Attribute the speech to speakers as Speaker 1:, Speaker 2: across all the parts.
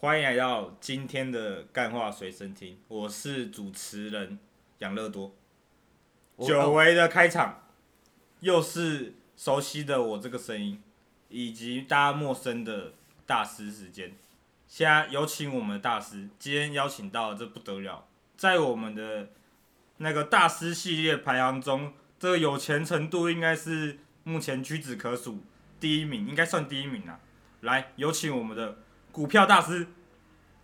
Speaker 1: 欢迎来到今天的干话随身听，我是主持人养乐多。
Speaker 2: 我呃
Speaker 1: 久违的开场，又是熟悉的我这个声音，以及大家陌生的大师时间。现在有请我们的大师，今天邀请到这不得了，在我们的那个大师系列排行中，这个有钱程度应该是目前屈指可数第一名，应该算第一名啦。啊来，有请我们的股票大师，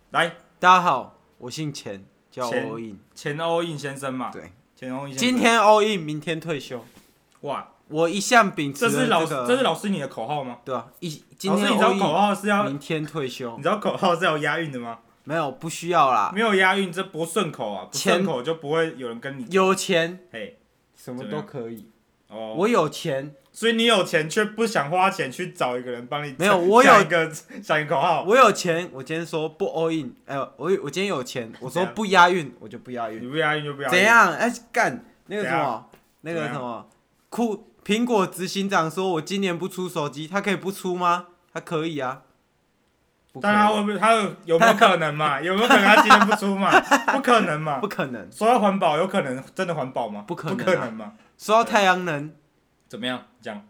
Speaker 1: 来
Speaker 2: 大家好，我姓钱，叫
Speaker 1: 钱
Speaker 2: all in。
Speaker 1: 钱欧印先生嘛，
Speaker 2: 对，
Speaker 1: 钱欧印先生。
Speaker 2: 今天 all in，明天退休。
Speaker 1: 哇，
Speaker 2: 我一向秉持
Speaker 1: 这是老
Speaker 2: 了
Speaker 1: 师
Speaker 2: 个，
Speaker 1: 这是老师你的口号吗？
Speaker 2: 对啊，一今
Speaker 1: 老
Speaker 2: 天
Speaker 1: 师，你知道
Speaker 2: all
Speaker 1: 口啊
Speaker 2: in，
Speaker 1: 号是要
Speaker 2: 明天退休
Speaker 1: 你。知道口号是要押韵的吗？
Speaker 2: 没有，不需要啦。
Speaker 1: 没有押韵，这不顺口啊，不顺
Speaker 2: 钱
Speaker 1: 口就不会有人跟你
Speaker 2: 有钱，
Speaker 1: 嘿
Speaker 2: 什
Speaker 1: 么
Speaker 2: 么
Speaker 1: 都
Speaker 2: 都可以。
Speaker 1: 哦。
Speaker 2: 我有钱，
Speaker 1: 所以你有钱却不想花钱去找一个人帮你
Speaker 2: 没有我有
Speaker 1: 想一个想一个口号，
Speaker 2: 我有钱。我今天说不 all in，哎、我我今天有钱，我
Speaker 1: 怎
Speaker 2: 说
Speaker 1: 样
Speaker 2: 不押韵，我就不押韵。
Speaker 1: 你不押韵就不押韵。
Speaker 2: 怎？样？哎、干那个
Speaker 1: 怎
Speaker 2: 什
Speaker 1: 样
Speaker 2: 么，那
Speaker 1: 怎
Speaker 2: 个
Speaker 1: 样
Speaker 2: 什么，酷苹果执行长说，我今年不出手机，他可以不出吗？他可以啊。不可
Speaker 1: 但他
Speaker 2: 能
Speaker 1: 会不会他有有没有可能嘛？有没有可能他今天不出 嘛？不可能嘛
Speaker 2: 不？可能。
Speaker 1: 说到环保，有可能真的环保吗？
Speaker 2: 不可能啊
Speaker 1: 不可能嘛？
Speaker 2: 说到太阳能，
Speaker 1: 怎么样？讲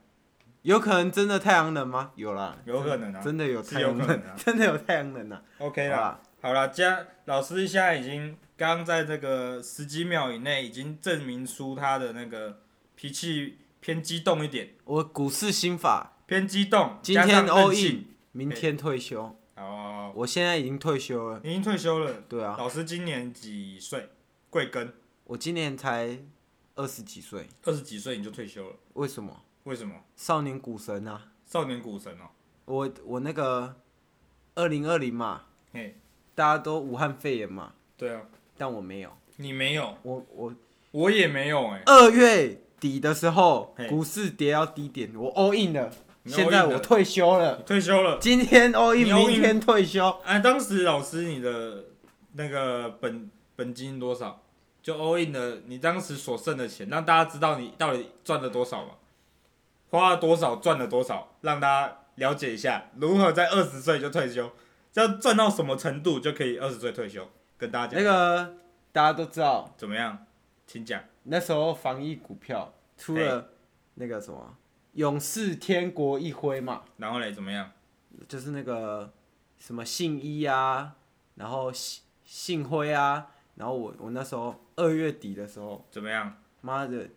Speaker 2: 有可能真的太阳能吗？有啦，
Speaker 1: 有可能啊
Speaker 2: 真的有
Speaker 1: 是
Speaker 2: 太
Speaker 1: 有
Speaker 2: 阳
Speaker 1: 可
Speaker 2: 能，
Speaker 1: 能啊。
Speaker 2: 真的有太阳能啊。
Speaker 1: OK
Speaker 2: 好
Speaker 1: 啦，
Speaker 2: 吧
Speaker 1: 好啦，加老师现在已经刚刚在这个十几秒以内已经证明出他的那个脾气偏激动一点，
Speaker 2: 我股市心法，
Speaker 1: 偏激动，
Speaker 2: 今
Speaker 1: 加上
Speaker 2: 天 all
Speaker 1: 任性
Speaker 2: in，明天退休。
Speaker 1: 好好，好
Speaker 2: 我现在已经退休了，
Speaker 1: 已经退休了。
Speaker 2: 对啊，
Speaker 1: 老师今年几岁？贵庚？
Speaker 2: 我今年才二十几岁，
Speaker 1: 二十几岁你就退休了？
Speaker 2: 为什么？
Speaker 1: 为什么？
Speaker 2: 少年股神啊，
Speaker 1: 少年股神哦、
Speaker 2: 我我那个二零二零嘛，
Speaker 1: 嘿，
Speaker 2: 大家都武汉肺炎嘛，
Speaker 1: 对啊，
Speaker 2: 但我没有，
Speaker 1: 你没有，
Speaker 2: 我我
Speaker 1: 我也没有哎、
Speaker 2: 二月底的时候
Speaker 1: 嘿
Speaker 2: 股市跌到低点，我 all in 了，
Speaker 1: 你 all in
Speaker 2: 现在我
Speaker 1: 了
Speaker 2: 退休了，
Speaker 1: 你退休了。
Speaker 2: 今天 all
Speaker 1: 你
Speaker 2: in，
Speaker 1: all in
Speaker 2: 明天退休，
Speaker 1: 哎、当时老师你的那个本本金多少？就 all in 的，你当时所剩的钱，让大家知道你到底赚了多少嘛，花了多少，赚了多少，让大家了解一下如何在二十岁就退休，要赚到什么程度就可以二十岁退休，跟大家讲
Speaker 2: 那个大家都知道，
Speaker 1: 怎么样，请讲。
Speaker 2: 那时候防疫股票出了那个什么勇士天国一辉嘛，
Speaker 1: 然后嘞，怎么样？
Speaker 2: 就是那个什么信一啊，然后信信辉啊，然后我我那时候二月底的时候，
Speaker 1: 怎么样
Speaker 2: 妈的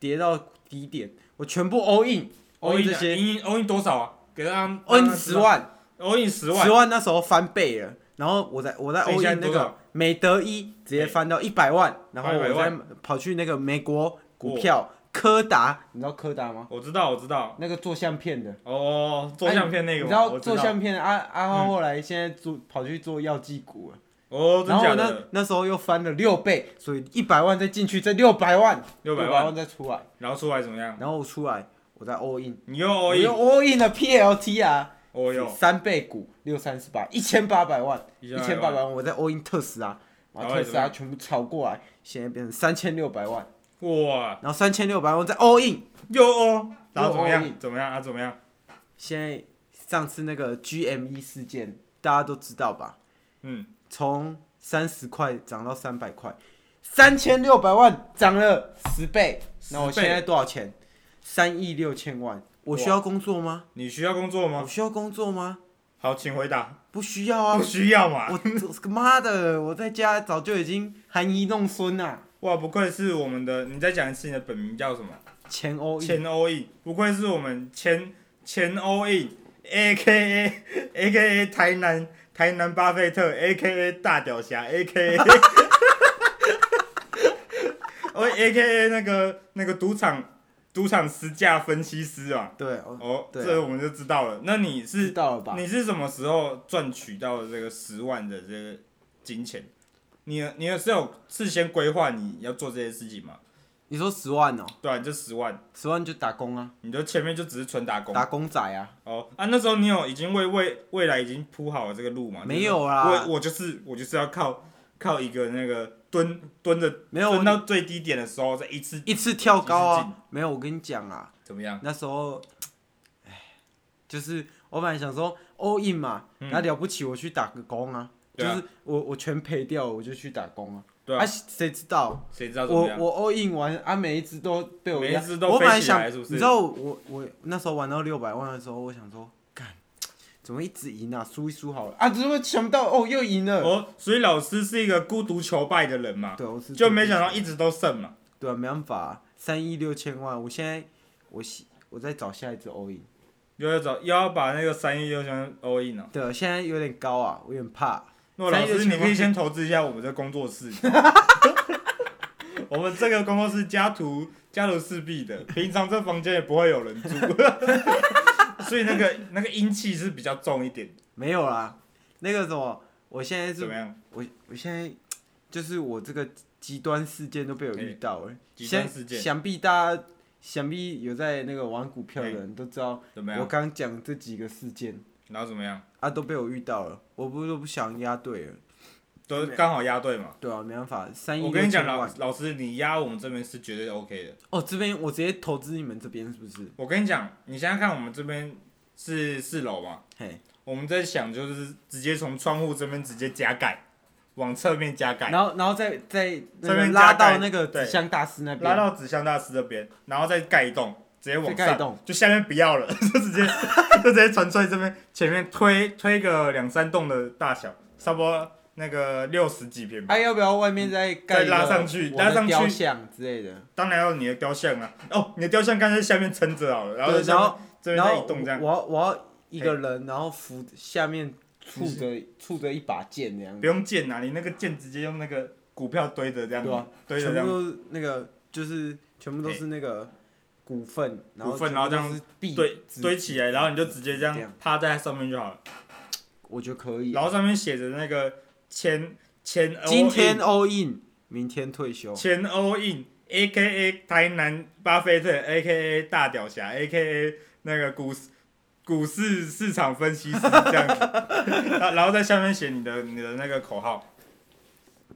Speaker 2: 跌到低点，我全部 all in all in 这些
Speaker 1: in 啊 all in 多少啊？给大家
Speaker 2: all in 十万，
Speaker 1: ，all in 十
Speaker 2: 十
Speaker 1: 万，
Speaker 2: 万那时候翻倍了。然后我在我在
Speaker 1: 所以
Speaker 2: all
Speaker 1: 现在
Speaker 2: in 那
Speaker 1: 多
Speaker 2: 个
Speaker 1: 少
Speaker 2: 美德一直接翻到一百万，然后
Speaker 1: 100
Speaker 2: 我再
Speaker 1: 万
Speaker 2: 跑去那个美国股
Speaker 1: 哇
Speaker 2: 票柯达，你知道柯达吗？
Speaker 1: 我知道，我知道。
Speaker 2: 那个做相片的，
Speaker 1: 哦，做相片那个
Speaker 2: 哎你
Speaker 1: 嘛，
Speaker 2: 知道
Speaker 1: 我嗯
Speaker 2: 做相片的阿阿浩后来现在做跑去做药剂股了，
Speaker 1: 哦，真
Speaker 2: 然后
Speaker 1: 假
Speaker 2: 那
Speaker 1: 的？
Speaker 2: 那时候又翻了六倍，所以一百万再进去，再六百万，
Speaker 1: 600万
Speaker 2: 万再出来，
Speaker 1: 然后出来怎么样？
Speaker 2: 然后我出来我再 all in，
Speaker 1: 你又
Speaker 2: 我
Speaker 1: all
Speaker 2: 又
Speaker 1: in，
Speaker 2: all in 了 PLT 啊，
Speaker 1: 哦哟，
Speaker 2: 三倍股六三十八，一千八百万，一千
Speaker 1: 1800
Speaker 2: 八
Speaker 1: 万
Speaker 2: 百万，我再 all in 特斯拉，然后
Speaker 1: 然后
Speaker 2: 特
Speaker 1: 嘞
Speaker 2: 斯
Speaker 1: 怎么
Speaker 2: 拉
Speaker 1: 样
Speaker 2: 全部炒过来，现在变成三千六百万，
Speaker 1: 哇，
Speaker 2: 然后三千六百万再 all in，
Speaker 1: 又哦，然后怎么
Speaker 2: all in
Speaker 1: 样？怎么样啊？怎么样？
Speaker 2: 现在上次那个 GME 事件大家都知道吧？
Speaker 1: 嗯，
Speaker 2: 从三十块涨到三百块，三千六百万涨了十倍。那我
Speaker 1: 10倍
Speaker 2: 现在多少钱？三亿六千万。我需要工作吗？
Speaker 1: 你需要工作
Speaker 2: 我
Speaker 1: 吗？
Speaker 2: 需要工作吗？
Speaker 1: 好，请回答。
Speaker 2: 不需要啊
Speaker 1: 不！需要嘛？
Speaker 2: 我我妈的，我在家早就已经含饴弄孙啊啦。
Speaker 1: 哇，不愧是我们的，你再讲一次你的本名叫什么？
Speaker 2: 前欧
Speaker 1: 钱 all in，不愧是我们钱钱 all in，A K A A K A 台南台南巴菲特，A K A 大屌侠，A K A，哦 A K A 那个那个赌场赌场实价分析师啊，
Speaker 2: 对，我
Speaker 1: 哦，
Speaker 2: 对啊
Speaker 1: 这我们就知道了。那你
Speaker 2: 知
Speaker 1: 是
Speaker 2: 道了吧？
Speaker 1: 你是什么时候赚取到这个十万的这个金钱？你你是有事先规划你要做这些事情吗？
Speaker 2: 你说十万哦、
Speaker 1: 对、啊，你这十万，
Speaker 2: 十万就打工啊，
Speaker 1: 你就前面就只是纯打工，
Speaker 2: 打工仔啊，
Speaker 1: 哦啊，那时候你有已经为未未来已经铺好了这个路嘛？
Speaker 2: 没有啦
Speaker 1: 就是我我就是我就是要靠靠一个那个蹲蹲着
Speaker 2: 没有
Speaker 1: 蹲到最低点的时候再一次
Speaker 2: 一次跳高
Speaker 1: 一次
Speaker 2: 啊。没有，我跟你讲啊，
Speaker 1: 怎么样？
Speaker 2: 那时候，唉，就是我本来想说 all in 嘛，那、了不起我去打个工啊，
Speaker 1: 嗯对啊
Speaker 2: 就是我我全赔掉我就去打工啊，
Speaker 1: 对啊
Speaker 2: 啊谁知道
Speaker 1: 谁知道怎么
Speaker 2: 我
Speaker 1: 样？
Speaker 2: 我 all in 完啊，每一只都被我
Speaker 1: 每一
Speaker 2: 压
Speaker 1: 只都
Speaker 2: 我
Speaker 1: 飞
Speaker 2: 本来
Speaker 1: 起
Speaker 2: 想，
Speaker 1: 来是不是
Speaker 2: 你知道我我那时候玩到六百万的时候，我想说，干，怎么一直赢啊？输一输好了啊，怎么想不到哦，又赢了。
Speaker 1: 哦，所以老师是一个孤独求败的人嘛，
Speaker 2: 对，我是
Speaker 1: 就没想到一直都胜嘛。
Speaker 2: 对啊，没办法、三亿六千万，我现在我希我在找下一只 all in，
Speaker 1: 又要找又要把那个三亿六千 all in 哦。
Speaker 2: 对啊，现在有点高啊，我有点怕。
Speaker 1: 那老师，
Speaker 2: 316,000
Speaker 1: 你可以先投资一下我们的工作室。我们这个工作室家徒家徒四壁的，平常这房间也不会有人住， 所以那个那个阴气是比较重一点。
Speaker 2: 没有啦，那个什么，我现在
Speaker 1: 怎
Speaker 2: 是
Speaker 1: 么样？
Speaker 2: 我我现在就是我这个极端事件都被我遇到了，
Speaker 1: 极
Speaker 2: 想
Speaker 1: 端事件
Speaker 2: 想必大家想必有在那个玩股票的人都知道，
Speaker 1: 怎么
Speaker 2: 我
Speaker 1: 样？
Speaker 2: 刚讲这几个事件
Speaker 1: 然后怎么样？
Speaker 2: 啊都被我遇到了，我不都不想压对了，
Speaker 1: 都刚好压对嘛。
Speaker 2: 对啊，没办法，三亿
Speaker 1: 我跟你讲，
Speaker 2: 6000
Speaker 1: 老
Speaker 2: 万
Speaker 1: 老师，你压我们这边是绝对 OK 的。
Speaker 2: 哦，这边我直接投资你们这边是不是？
Speaker 1: 我跟你讲，你想想看，我们这边是四楼嘛，
Speaker 2: 嘿，
Speaker 1: 我们在想就是直接从窗户这边直接加盖，往侧面加盖，
Speaker 2: 然后然后再再
Speaker 1: 这
Speaker 2: 那个
Speaker 1: 边
Speaker 2: 拉
Speaker 1: 加盖
Speaker 2: 到那个
Speaker 1: 对
Speaker 2: 纸箱大师那
Speaker 1: 拉
Speaker 2: 边，
Speaker 1: 到纸箱大师这边，然后再盖一栋，直接往
Speaker 2: 再盖一
Speaker 1: 上
Speaker 2: 栋，
Speaker 1: 就下面不要了， 就直接就直接传出来这边前面推推个两三栋的大小，差不多那个六十几平吧。
Speaker 2: 哎、要不要外面再
Speaker 1: 嗯
Speaker 2: 盖
Speaker 1: 再
Speaker 2: 一个
Speaker 1: 拉上去
Speaker 2: 我的
Speaker 1: 拉上去
Speaker 2: 雕像之类的？
Speaker 1: 当然要你的雕像啊，哦，你的雕像刚才下面撑着好了，然后
Speaker 2: 对
Speaker 1: 就
Speaker 2: 然后
Speaker 1: 这边
Speaker 2: 然
Speaker 1: 再
Speaker 2: 后
Speaker 1: 一栋这样，
Speaker 2: 我要我要一个人，然后扶下面触着触着一把剑那样
Speaker 1: 不，用剑啊，你那个剑直接用那个股票堆着这样，
Speaker 2: 对啊
Speaker 1: 堆着
Speaker 2: 全
Speaker 1: 这
Speaker 2: 部
Speaker 1: 样，
Speaker 2: 都是那个就是全部都是那个股份，然后
Speaker 1: 股份
Speaker 2: 全部
Speaker 1: 然后这
Speaker 2: 都
Speaker 1: 样
Speaker 2: 是币
Speaker 1: 堆
Speaker 2: 纸
Speaker 1: 堆起来，然后你就直接这
Speaker 2: 这
Speaker 1: 样
Speaker 2: 样
Speaker 1: 趴在上面就好了，
Speaker 2: 我觉得可以。
Speaker 1: 然后上面写着那个千千欧
Speaker 2: 今天 all in，明天退休，
Speaker 1: 前欧印 A K A 台南巴菲特，A K A 大屌侠，A K A 那个股市股市市场分析 师这样子，然然后在下面写你的你的那个口号，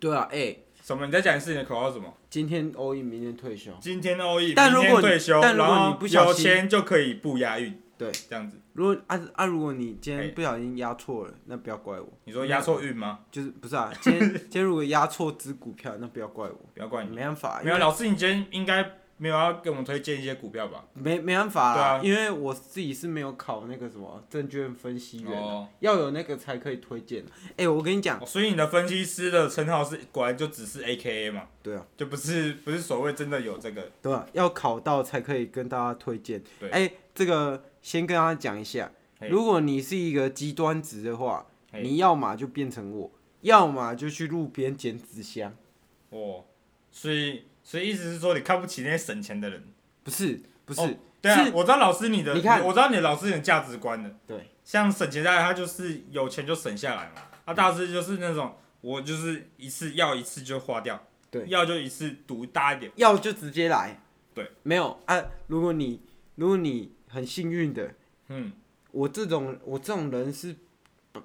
Speaker 2: 对啊，哎、
Speaker 1: 什么？你再讲一次你的口号是什么？
Speaker 2: 今天 all in，明天退休。
Speaker 1: 今天欧印，
Speaker 2: 但如
Speaker 1: 明
Speaker 2: 果
Speaker 1: 天退休，
Speaker 2: 但如果
Speaker 1: 然后
Speaker 2: 你不小
Speaker 1: 有
Speaker 2: 心
Speaker 1: 钱就可以不押韵，
Speaker 2: 对，
Speaker 1: 这样子。
Speaker 2: 如果啊啊，如果你今
Speaker 1: 哎
Speaker 2: 天不小心压错了，那不要怪我，
Speaker 1: 你说押错韵吗？
Speaker 2: 就是不是啊？今天今天如果压错只股票，那不要怪我，
Speaker 1: 不要怪你，
Speaker 2: 没办法，啊因
Speaker 1: 没有
Speaker 2: 为
Speaker 1: 老师，你今天应该没有要给我们推荐一些股票吧？
Speaker 2: 没没办法、
Speaker 1: 对啊
Speaker 2: 因为我自己是没有考那个什么证券分析员，
Speaker 1: 哦，
Speaker 2: 要有那个才可以推荐。哎、我跟你讲，
Speaker 1: 所以你的分析师的称号是果然就只是 A K A 嘛？
Speaker 2: 对啊，
Speaker 1: 就不是不是所谓真的有这个，
Speaker 2: 对吧？要考到才可以跟大家推荐。
Speaker 1: 对
Speaker 2: 哎、这个先跟大家讲一下，
Speaker 1: 嘿
Speaker 2: 如果你是一个极端值的话，
Speaker 1: 嘿
Speaker 2: 你要么就变成我，要么就去路边捡纸箱。
Speaker 1: 哦，所以所以意思是说你看不起那些省钱的人，
Speaker 2: 不是，不是，
Speaker 1: 哦对啊
Speaker 2: 是，
Speaker 1: 我知道老师你的，
Speaker 2: 你看
Speaker 1: 我知道你的老师你的价值观的，
Speaker 2: 对，
Speaker 1: 像省钱大家他就是有钱就省下来嘛，他大师就是那种我就是一次要一次就花掉，
Speaker 2: 对
Speaker 1: 要就一次赌大一点，
Speaker 2: 要就直接来。
Speaker 1: 对，
Speaker 2: 没有啊。如果你如果你很幸运的，
Speaker 1: 嗯，
Speaker 2: 我这种我这种人是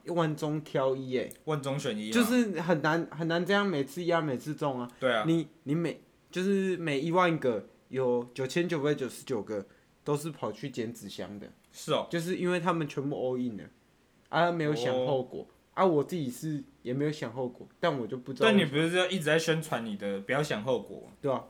Speaker 2: 万中挑一哎、
Speaker 1: 万中选一嘛，
Speaker 2: 就是很难很难这样每次压每次中啊。
Speaker 1: 对啊，
Speaker 2: 你你每就是每一万个有九千九百九十九个都是跑去捡纸箱的，
Speaker 1: 是哦，
Speaker 2: 就是因为他们全部 all in 了，啊没有想
Speaker 1: 哦
Speaker 2: 后果、啊，我自己是也没有想后果，但我就不知道
Speaker 1: 但
Speaker 2: 为
Speaker 1: 你
Speaker 2: 什么，
Speaker 1: 不是一直在宣传你的不要想后果，
Speaker 2: 对吧、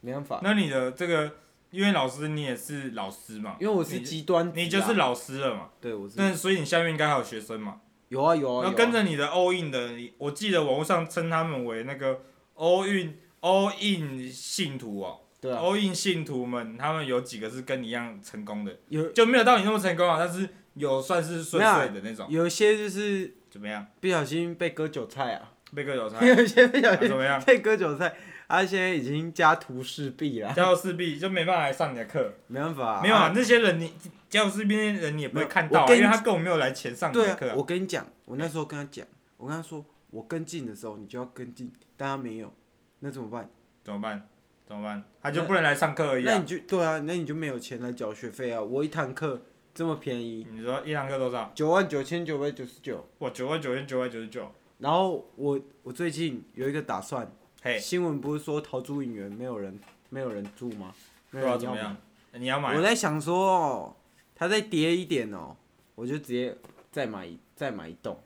Speaker 2: 没办法，
Speaker 1: 那你的这个因为老师你也是老师嘛，
Speaker 2: 因为我是极端、啊
Speaker 1: 你就是，啊老师了嘛，
Speaker 2: 对我是
Speaker 1: 那所以你下面应该还有学生嘛。
Speaker 2: 有啊有啊，
Speaker 1: 然后
Speaker 2: 有啊
Speaker 1: 哦跟着你的 all in 的，你我记得网络上称他们为那个 all in all in 信徒哦、
Speaker 2: 对啊，
Speaker 1: all in 信徒们，他们有几个是跟你一样成功的，
Speaker 2: 有
Speaker 1: 就没有到你那么成功啊，但是有算是顺遂的那种，
Speaker 2: 有一些就是
Speaker 1: 怎么样？
Speaker 2: 不小心被割韭菜啊，
Speaker 1: 被割韭 菜，
Speaker 2: 有一些不小
Speaker 1: 啊
Speaker 2: 心
Speaker 1: 怎么样？
Speaker 2: 被割韭菜，他、现在已经家徒四壁了，
Speaker 1: 家有四壁就没办法来上你的课，
Speaker 2: 没办法、
Speaker 1: 没有啊，那些人你家有四壁那些人你也不会看到、
Speaker 2: 我
Speaker 1: 啊，
Speaker 2: 跟
Speaker 1: 因
Speaker 2: 你
Speaker 1: 为他根本没有来前上你
Speaker 2: 对
Speaker 1: 的
Speaker 2: 啊
Speaker 1: 课、，
Speaker 2: 我跟你讲，我那时候跟他讲，我跟他说，我跟进的时候你就要跟进，但他没有，那怎么办？
Speaker 1: 怎么办？怎么办？他就不能来上课而已、
Speaker 2: 那
Speaker 1: 啊
Speaker 2: 你。就对啊，那你就没有钱来缴学费啊！我一堂课这么便宜，
Speaker 1: 你说一堂课多少？
Speaker 2: 九万九千九百九十九。
Speaker 1: 我九万九千九百九十九，
Speaker 2: 然后我我最近有一个打算，
Speaker 1: 嘿，
Speaker 2: 新闻不是说桃竹影园没有人没有人住吗？
Speaker 1: 不
Speaker 2: 没
Speaker 1: 知
Speaker 2: 有
Speaker 1: 道
Speaker 2: 人
Speaker 1: 怎么
Speaker 2: 要吗
Speaker 1: 样？你要买啊
Speaker 2: 我在想说哦，它再跌一点哦，我就直接再买一再买一栋，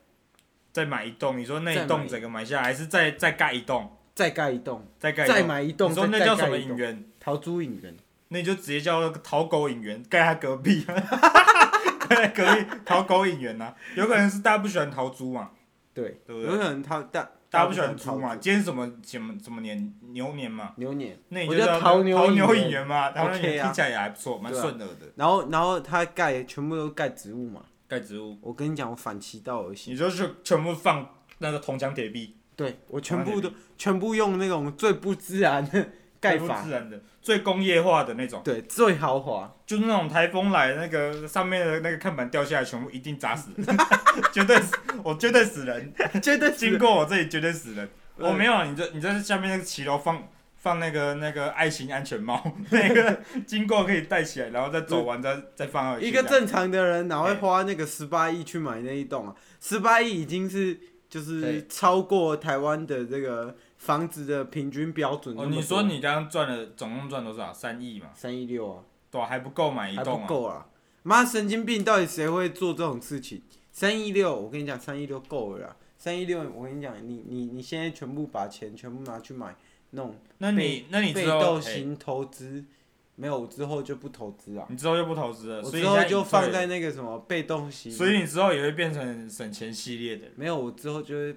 Speaker 1: 再买一栋，你说那一
Speaker 2: 再买
Speaker 1: 栋
Speaker 2: 一
Speaker 1: 整个买下来，还是再再盖一栋，
Speaker 2: 再盖一栋，
Speaker 1: 再盖一
Speaker 2: 再
Speaker 1: 栋？
Speaker 2: 买一栋，
Speaker 1: 你说那
Speaker 2: 再
Speaker 1: 叫
Speaker 2: 盖
Speaker 1: 什么
Speaker 2: 一
Speaker 1: 影
Speaker 2: 栋？
Speaker 1: 园？
Speaker 2: 陶朱影园，
Speaker 1: 那你就直接叫淘狗影园，盖他隔壁， 盖他隔壁淘狗影园呐、有可能是大家不喜欢陶猪嘛，
Speaker 2: 对，
Speaker 1: 对不
Speaker 2: 有可
Speaker 1: 对？
Speaker 2: 能陶大
Speaker 1: 大家不喜欢
Speaker 2: 陶
Speaker 1: 猪嘛，今天什么什么什么年牛年嘛，
Speaker 2: 牛年，
Speaker 1: 那你
Speaker 2: 我
Speaker 1: 就
Speaker 2: 觉得
Speaker 1: 叫
Speaker 2: 桃牛
Speaker 1: 牛
Speaker 2: 影园
Speaker 1: 影园嘛，桃牛影
Speaker 2: OK
Speaker 1: 园
Speaker 2: 啊
Speaker 1: 听起来也还不错，蛮
Speaker 2: 对啊
Speaker 1: 顺耳的，
Speaker 2: 然后然后他盖全部都盖植物嘛，
Speaker 1: 盖植物，
Speaker 2: 我跟你讲，我反其道而行，
Speaker 1: 你就是全部放那个铜墙铁壁，
Speaker 2: 对我全部都全部用那种最不自然的盖
Speaker 1: 全部
Speaker 2: 法，
Speaker 1: 自然的，最工业化的那种，
Speaker 2: 对，最豪华，
Speaker 1: 就是那种台风来，那个上面的那个看板掉下来，全部一定砸死人， 绝对死，我绝对死人。
Speaker 2: 绝对
Speaker 1: 经过我这里绝对死人。
Speaker 2: 嗯
Speaker 1: 我没有，你这你这下面那个骑楼放放那个那个爱情安全帽， 那个经过可以戴起来，然后再走完再再放回去。
Speaker 2: 一个
Speaker 1: 这样
Speaker 2: 正常的人哪会花那个十八亿去买那一栋啊？十八亿已经是就
Speaker 1: 对
Speaker 2: 是超过台湾的这个房子的平均标准
Speaker 1: 哦，
Speaker 2: 那么多。
Speaker 1: 你说你刚刚赚了总共赚多少？三亿嘛，
Speaker 2: 三亿六啊，
Speaker 1: 对啊、还不够买一
Speaker 2: 还不
Speaker 1: 栋啊。
Speaker 2: 够啊！妈，神经病！到底谁会做这种事情？三亿六，我跟你讲，三亿六够了啦。三亿六，我跟你讲，你你你现在全部把钱全部拿去买那种
Speaker 1: 那你那你
Speaker 2: 被
Speaker 1: 之后
Speaker 2: 动，
Speaker 1: 嘿
Speaker 2: 型投资，没有，我之后就不投资啊。
Speaker 1: 你之后就不投资了，
Speaker 2: 我
Speaker 1: 呃所以
Speaker 2: 之
Speaker 1: 你
Speaker 2: 后
Speaker 1: 现在
Speaker 2: 就
Speaker 1: 隐退
Speaker 2: 放
Speaker 1: 了
Speaker 2: 在那个什么被动型。
Speaker 1: 所以你之后也会变成省钱系列的人。
Speaker 2: 没有，我之后就会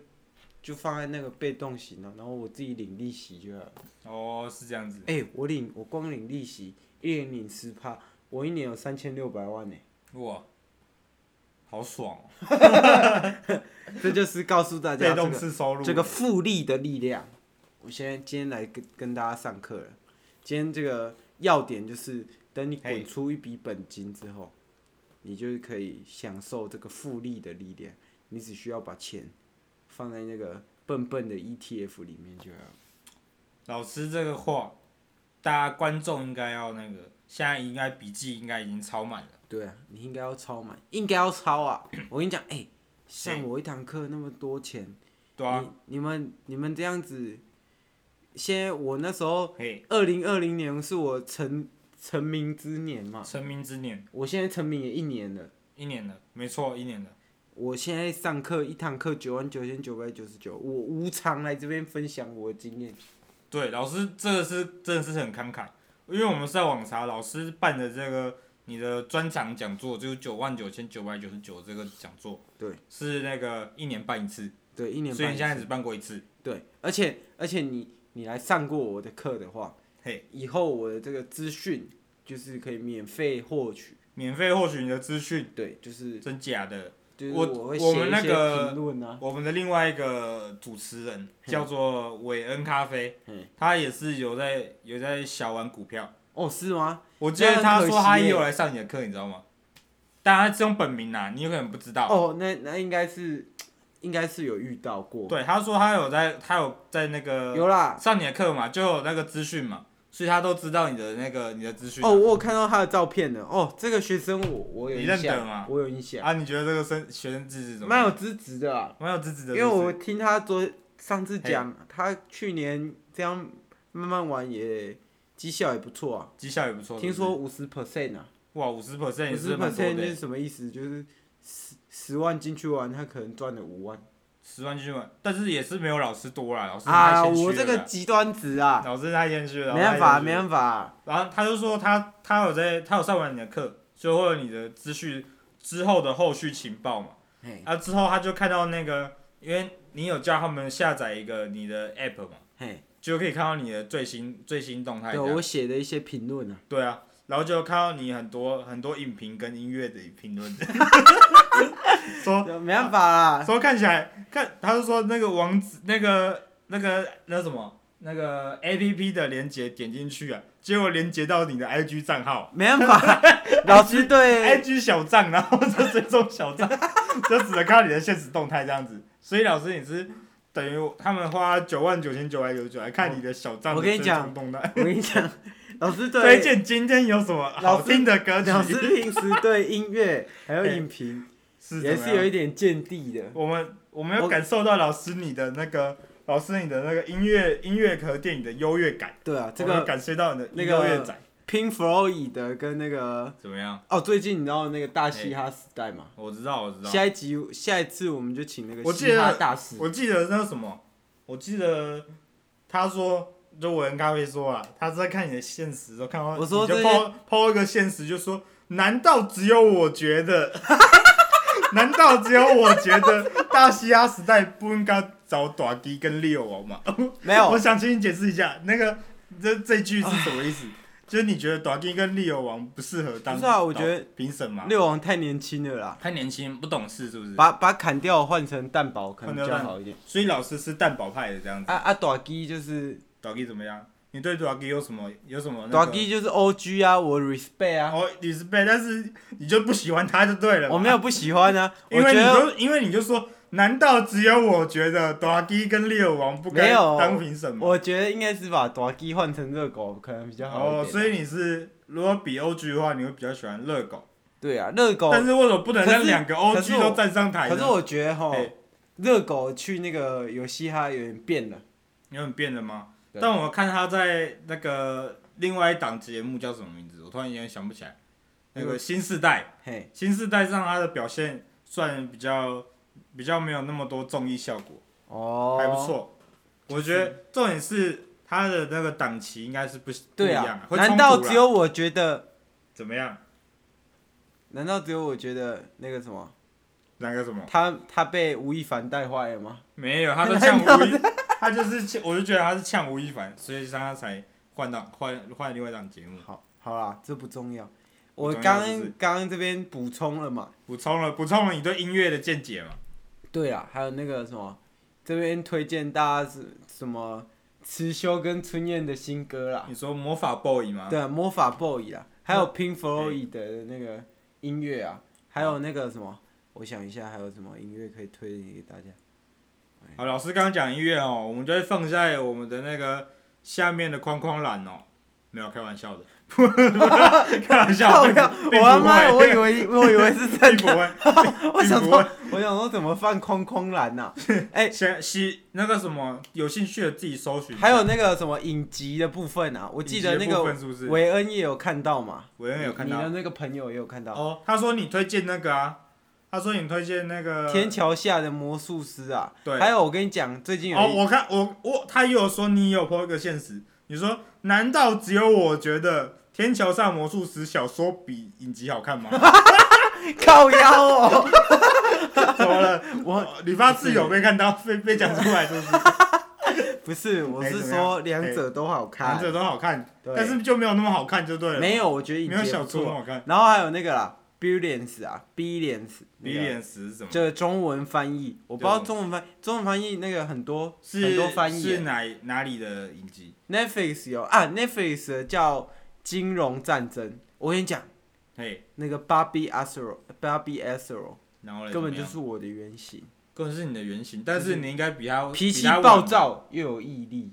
Speaker 2: 就放在那个被动型了、然后我自己领利息就好了。
Speaker 1: 哦，是这样子。
Speaker 2: 哎、我领我光领利息，一年领十趴，我一年有三千六百万呢、
Speaker 1: 哇，好爽哦！
Speaker 2: 这就是告诉大
Speaker 1: 被
Speaker 2: 家这
Speaker 1: 动
Speaker 2: 个
Speaker 1: 式收入，
Speaker 2: 这个复利的力量。我现在今天来跟跟大家上课了，今天这个要点就是，等你
Speaker 1: 嘿
Speaker 2: 滚出一笔本金之后，你就是可以享受这个复利的力量。你只需要把钱放在那个笨笨的 ETF 里面就好了。
Speaker 1: 老师这个话，大家观众应该要那个，现在应该笔记应该已经抄满了。
Speaker 2: 对啊，你应该要抄满，应该要抄啊！我跟你讲，哎、上我一堂课那么多钱，
Speaker 1: 对啊，
Speaker 2: 你你们你们这样子，现在我那时候
Speaker 1: 嘿，
Speaker 2: 二零二零年是我成成名之年嘛，
Speaker 1: 成名之年，
Speaker 2: 我现在成名也一年了，
Speaker 1: 一年了，没错，一年了。
Speaker 2: 我现在上课一堂课九万九千九百九十九，我无偿来这边分享我的经验，
Speaker 1: 对，老师这个是真的是很慷慨，因为我们是在网查老师办的这个你的专场讲座，就是九万九千九百九十九这个讲座，
Speaker 2: 对，
Speaker 1: 是那个一年办一次，
Speaker 2: 对，一年
Speaker 1: 所以
Speaker 2: 半
Speaker 1: 你
Speaker 2: 一
Speaker 1: 现在
Speaker 2: 次，
Speaker 1: 只办过一次。
Speaker 2: 对，而且而且你你来上过我的课的话，
Speaker 1: 嘿，
Speaker 2: 以后我的这个资讯就是可以免费获取。
Speaker 1: 免费获取你的资讯，
Speaker 2: 对，就是
Speaker 1: 真假的？
Speaker 2: 就是
Speaker 1: 我
Speaker 2: 我会
Speaker 1: 我
Speaker 2: 写
Speaker 1: 们
Speaker 2: 一
Speaker 1: 那
Speaker 2: 些
Speaker 1: 个
Speaker 2: 评论啊，
Speaker 1: 我们的另外一个主持人叫做韦恩咖啡
Speaker 2: 嗯，
Speaker 1: 他也是有在有在小玩股票。
Speaker 2: 哦，是吗？
Speaker 1: 我记得他说他也有
Speaker 2: 那很可惜耶
Speaker 1: 来上你的课，你知道吗？但他是用本名啊，你有可能不知道。
Speaker 2: 哦，那那应该是应该是有遇到过，
Speaker 1: 对，他说他有在，他有在那个
Speaker 2: 有啦。
Speaker 1: 上你的课嘛，就有那个资讯嘛，所以他都知道你的那个你的资讯啊。
Speaker 2: 哦，我有看到他的照片了。哦，这个学生我我有
Speaker 1: 你
Speaker 2: 印
Speaker 1: 认得
Speaker 2: 象，
Speaker 1: 吗
Speaker 2: 我有印象，
Speaker 1: 啊，你觉得这个生学生资质怎么
Speaker 2: 蛮
Speaker 1: 样？
Speaker 2: 有资质的啊。
Speaker 1: 蛮有资质的，
Speaker 2: 因为
Speaker 1: 是不
Speaker 2: 我
Speaker 1: 是
Speaker 2: 听他昨上次讲，他去年这样慢慢玩也绩效也不错啊。
Speaker 1: 绩效也不错。
Speaker 2: 听
Speaker 1: 是不是
Speaker 2: 说五十 percent 啊，
Speaker 1: 哇，五十 percent 也
Speaker 2: 五
Speaker 1: 是
Speaker 2: 十
Speaker 1: 蛮多
Speaker 2: percent
Speaker 1: 的欸
Speaker 2: 是
Speaker 1: 耶，
Speaker 2: 什么意思？就是十十万进去玩，他可能赚了五万
Speaker 1: 十万进去玩，但是也是没有老师多啦，老师太
Speaker 2: 啊！
Speaker 1: 谦虚
Speaker 2: 我
Speaker 1: 了
Speaker 2: 这个
Speaker 1: 啦
Speaker 2: 极端值啊，
Speaker 1: 老师太谦虚了，
Speaker 2: 没办法，
Speaker 1: 没
Speaker 2: 没
Speaker 1: 办法。
Speaker 2: 办法、
Speaker 1: 然后他就说他他有在他有上完你的课，就会有你的资讯之后的后续情报嘛。
Speaker 2: 嘿，
Speaker 1: 啊，之后他就看到那个，因为你有叫他们下载一个你的 app 嘛，
Speaker 2: 嘿，
Speaker 1: 就可以看到你的最新最新动态
Speaker 2: 对
Speaker 1: 这样。
Speaker 2: 我写的一些评论啊，
Speaker 1: 对啊，然后就看到你很多很多影评跟音乐的评 论， 说
Speaker 2: 没办法啊啦，
Speaker 1: 说看起来看，他就说那个网址那个那个那什么那个 app 的连接点进去啊，结果连接到你的 IG 账号。
Speaker 2: 没办 法，老师对，
Speaker 1: IG 小账，然后就追踪小账， 就只能看到你的现实动态这样子。所以老师你是等于他们花九万九千九百九十九来看你的小账
Speaker 2: 我
Speaker 1: 的
Speaker 2: 跟你
Speaker 1: 追踪
Speaker 2: 讲
Speaker 1: 动态，
Speaker 2: 我跟你讲， 老师
Speaker 1: 推
Speaker 2: 对，
Speaker 1: 荐今天有什么好听的歌曲
Speaker 2: 老师平时对音乐还有
Speaker 1: 嘿
Speaker 2: 影评
Speaker 1: 哎是
Speaker 2: 也
Speaker 1: 怎么
Speaker 2: 是有
Speaker 1: 样
Speaker 2: 一点见地的，
Speaker 1: 我们我们有
Speaker 2: 我
Speaker 1: 感受到老师你的那个老师你的那个音乐音乐和电影的优越感，
Speaker 2: 对啊，这
Speaker 1: 我们有
Speaker 2: 个
Speaker 1: 感受到你的
Speaker 2: 那个
Speaker 1: 优越感。
Speaker 2: Pink Floyd 的跟那个
Speaker 1: 怎么样？
Speaker 2: 哦，最近你知道那个大嘻哈时代嘛？
Speaker 1: 我知道，我知道。
Speaker 2: 下一集下一次我们就请那个
Speaker 1: 我记
Speaker 2: 嘻哈
Speaker 1: 得
Speaker 2: 大师，
Speaker 1: 我记得那个什么，我记得他说，就我跟咖啡说啊，他在看你的现实的时候，看到
Speaker 2: 我说
Speaker 1: 你就
Speaker 2: 这些
Speaker 1: 抛抛一个现实，就说，难道只有我觉 得？难道只有我觉得大西亚时代不应该找短迪跟六王吗？
Speaker 2: 没 有
Speaker 1: 我想请你解释一下，那个这这句是什么意思？ 就是你觉得短迪跟利友王不适合当？
Speaker 2: 不是啊我觉得
Speaker 1: 评审嘛，
Speaker 2: 六王太年轻了啦，
Speaker 1: 太年轻不懂事是不是？
Speaker 2: 把把砍掉换成蛋堡可能比较
Speaker 1: 换成蛋
Speaker 2: 好一点。
Speaker 1: 所以老师是蛋堡派的这样子。
Speaker 2: 啊啊，短基就是
Speaker 1: 短 K 怎么样？你对短 K 有什么有什么、那个？
Speaker 2: 短基就是 O G 啊，我 respect 啊，
Speaker 1: 哦，你是被，但是你就不喜欢他就对了嘛。
Speaker 2: 我没有不喜欢啊，我
Speaker 1: 因
Speaker 2: 觉
Speaker 1: 为你
Speaker 2: 得
Speaker 1: 就因为你就说，难道只有我觉得短 K 跟六王不
Speaker 2: 没
Speaker 1: 该
Speaker 2: 有
Speaker 1: 当评审吗？
Speaker 2: 我觉得应该是把短基换成热狗可能比较好一点啊。
Speaker 1: 哦，所以你是如果比 OG 的话，你会比较喜欢热狗，
Speaker 2: 对啊，热狗
Speaker 1: 但是为什么不能
Speaker 2: 可
Speaker 1: 让
Speaker 2: 是
Speaker 1: 两个
Speaker 2: 可是
Speaker 1: OG
Speaker 2: 我
Speaker 1: 都站上台呢？
Speaker 2: 可是我觉得哈
Speaker 1: 嘿，
Speaker 2: 热狗去那个有嘻哈有点变了。
Speaker 1: 有点变了吗？
Speaker 2: 对
Speaker 1: 但我看他在那个另外一档节目叫什么名字，我突然间想不起来。那个新世代，
Speaker 2: 嘿，
Speaker 1: 新世代上他的表现算比较比较没有那么多综艺效果，
Speaker 2: 哦，
Speaker 1: 还不。错。我觉得重点哦是他的那个档期应该是不不一
Speaker 2: 对
Speaker 1: 样
Speaker 2: 啊，
Speaker 1: 会冲
Speaker 2: 难道
Speaker 1: 突啦
Speaker 2: 只有我觉得？
Speaker 1: 怎么样？
Speaker 2: 难道只有我觉得那个什么？
Speaker 1: 那个什么？
Speaker 2: 他他被吴亦凡带坏了吗？
Speaker 1: 没有，他都呛吴 亦，他就是呛我就觉得他是呛吴亦凡，所以他才换档换换另外一档节目。
Speaker 2: 好，好啦，这不重要。
Speaker 1: 不
Speaker 2: 我
Speaker 1: 重要
Speaker 2: 刚
Speaker 1: 是不是
Speaker 2: 刚刚这边补充了嘛？
Speaker 1: 补充了补充了你对音乐的见解嘛？
Speaker 2: 对啊，还有那个什么，这边推荐大家是什么？辞修跟春燕的新歌啦，
Speaker 1: 你说魔法 boy 吗？
Speaker 2: 对啊，魔法 boy 啦，还有 Pink Floyd 的那个音乐啊，还有那个什么，我想一下还有什么音乐可以推荐给大家。哎
Speaker 1: 好，老师刚刚讲音乐哦，我们就会放在我们的那个下面的框框栏哦。没有开玩笑 的，开玩笑，
Speaker 2: 靠
Speaker 1: 并不
Speaker 2: 呀
Speaker 1: 并
Speaker 2: 我他
Speaker 1: 不
Speaker 2: 妈，
Speaker 1: 会，
Speaker 2: 我以为我以为是真
Speaker 1: 并不
Speaker 2: 的，
Speaker 1: 会。
Speaker 2: 我想
Speaker 1: 并不
Speaker 2: 说
Speaker 1: 会，
Speaker 2: 我想说怎么放空空栏呐、哎
Speaker 1: 先西那个什么，有兴趣的自己搜寻一下。
Speaker 2: 还有那个什么影集的部分啊，我记得那
Speaker 1: 影集的部
Speaker 2: 个
Speaker 1: 分是不是？
Speaker 2: 韦恩也有看到嘛，
Speaker 1: 我也有看
Speaker 2: 你
Speaker 1: 到
Speaker 2: 的那个朋友也有看到，
Speaker 1: 哦，他说你推荐那个啊，他说你推荐那个
Speaker 2: 天桥下的魔术师啊，
Speaker 1: 呃对
Speaker 2: 还有我跟你讲，最近有
Speaker 1: 哦，
Speaker 2: 一
Speaker 1: 我看我我他也有说你也有 po 一个现实，你说难道只有我觉得《天桥上魔术师》小说比影集好看吗？
Speaker 2: 靠腰 哦，
Speaker 1: 怎么了？
Speaker 2: 我
Speaker 1: 哦理发自有被看到被 被讲出来，是不是？
Speaker 2: 不是，我
Speaker 1: 哎
Speaker 2: 是
Speaker 1: 怎么样
Speaker 2: 说两者都好看
Speaker 1: 两，者都好看，
Speaker 2: 对
Speaker 1: 但是就没有那么好看就对了。
Speaker 2: 没有，我觉得影
Speaker 1: 没有
Speaker 2: 集也
Speaker 1: 小
Speaker 2: 不
Speaker 1: 猪那么
Speaker 2: 错。
Speaker 1: 好看。
Speaker 2: 然后还有那个啦，Billions 啊，Billions，那
Speaker 1: 比
Speaker 2: 个
Speaker 1: 脸石是什么？
Speaker 2: 这中文翻译，我不知道中文翻中文翻译那个很多很
Speaker 1: 是
Speaker 2: 多翻译
Speaker 1: 是
Speaker 2: 耶
Speaker 1: 哪哪里的影集？
Speaker 2: ，Netflix 有啊，Netflix 的叫《金融战争》，我跟你讲，
Speaker 1: 嘿，
Speaker 2: 那个 Bobby Asro，Bobby Asro
Speaker 1: 然后嘞
Speaker 2: 根本就
Speaker 1: 哎怎么样
Speaker 2: 是我的原型，
Speaker 1: 根本是你的原型，但
Speaker 2: 就是
Speaker 1: 是你应该比他
Speaker 2: 脾
Speaker 1: 比
Speaker 2: 气
Speaker 1: 他晚
Speaker 2: 暴
Speaker 1: 吧
Speaker 2: 躁又有毅力，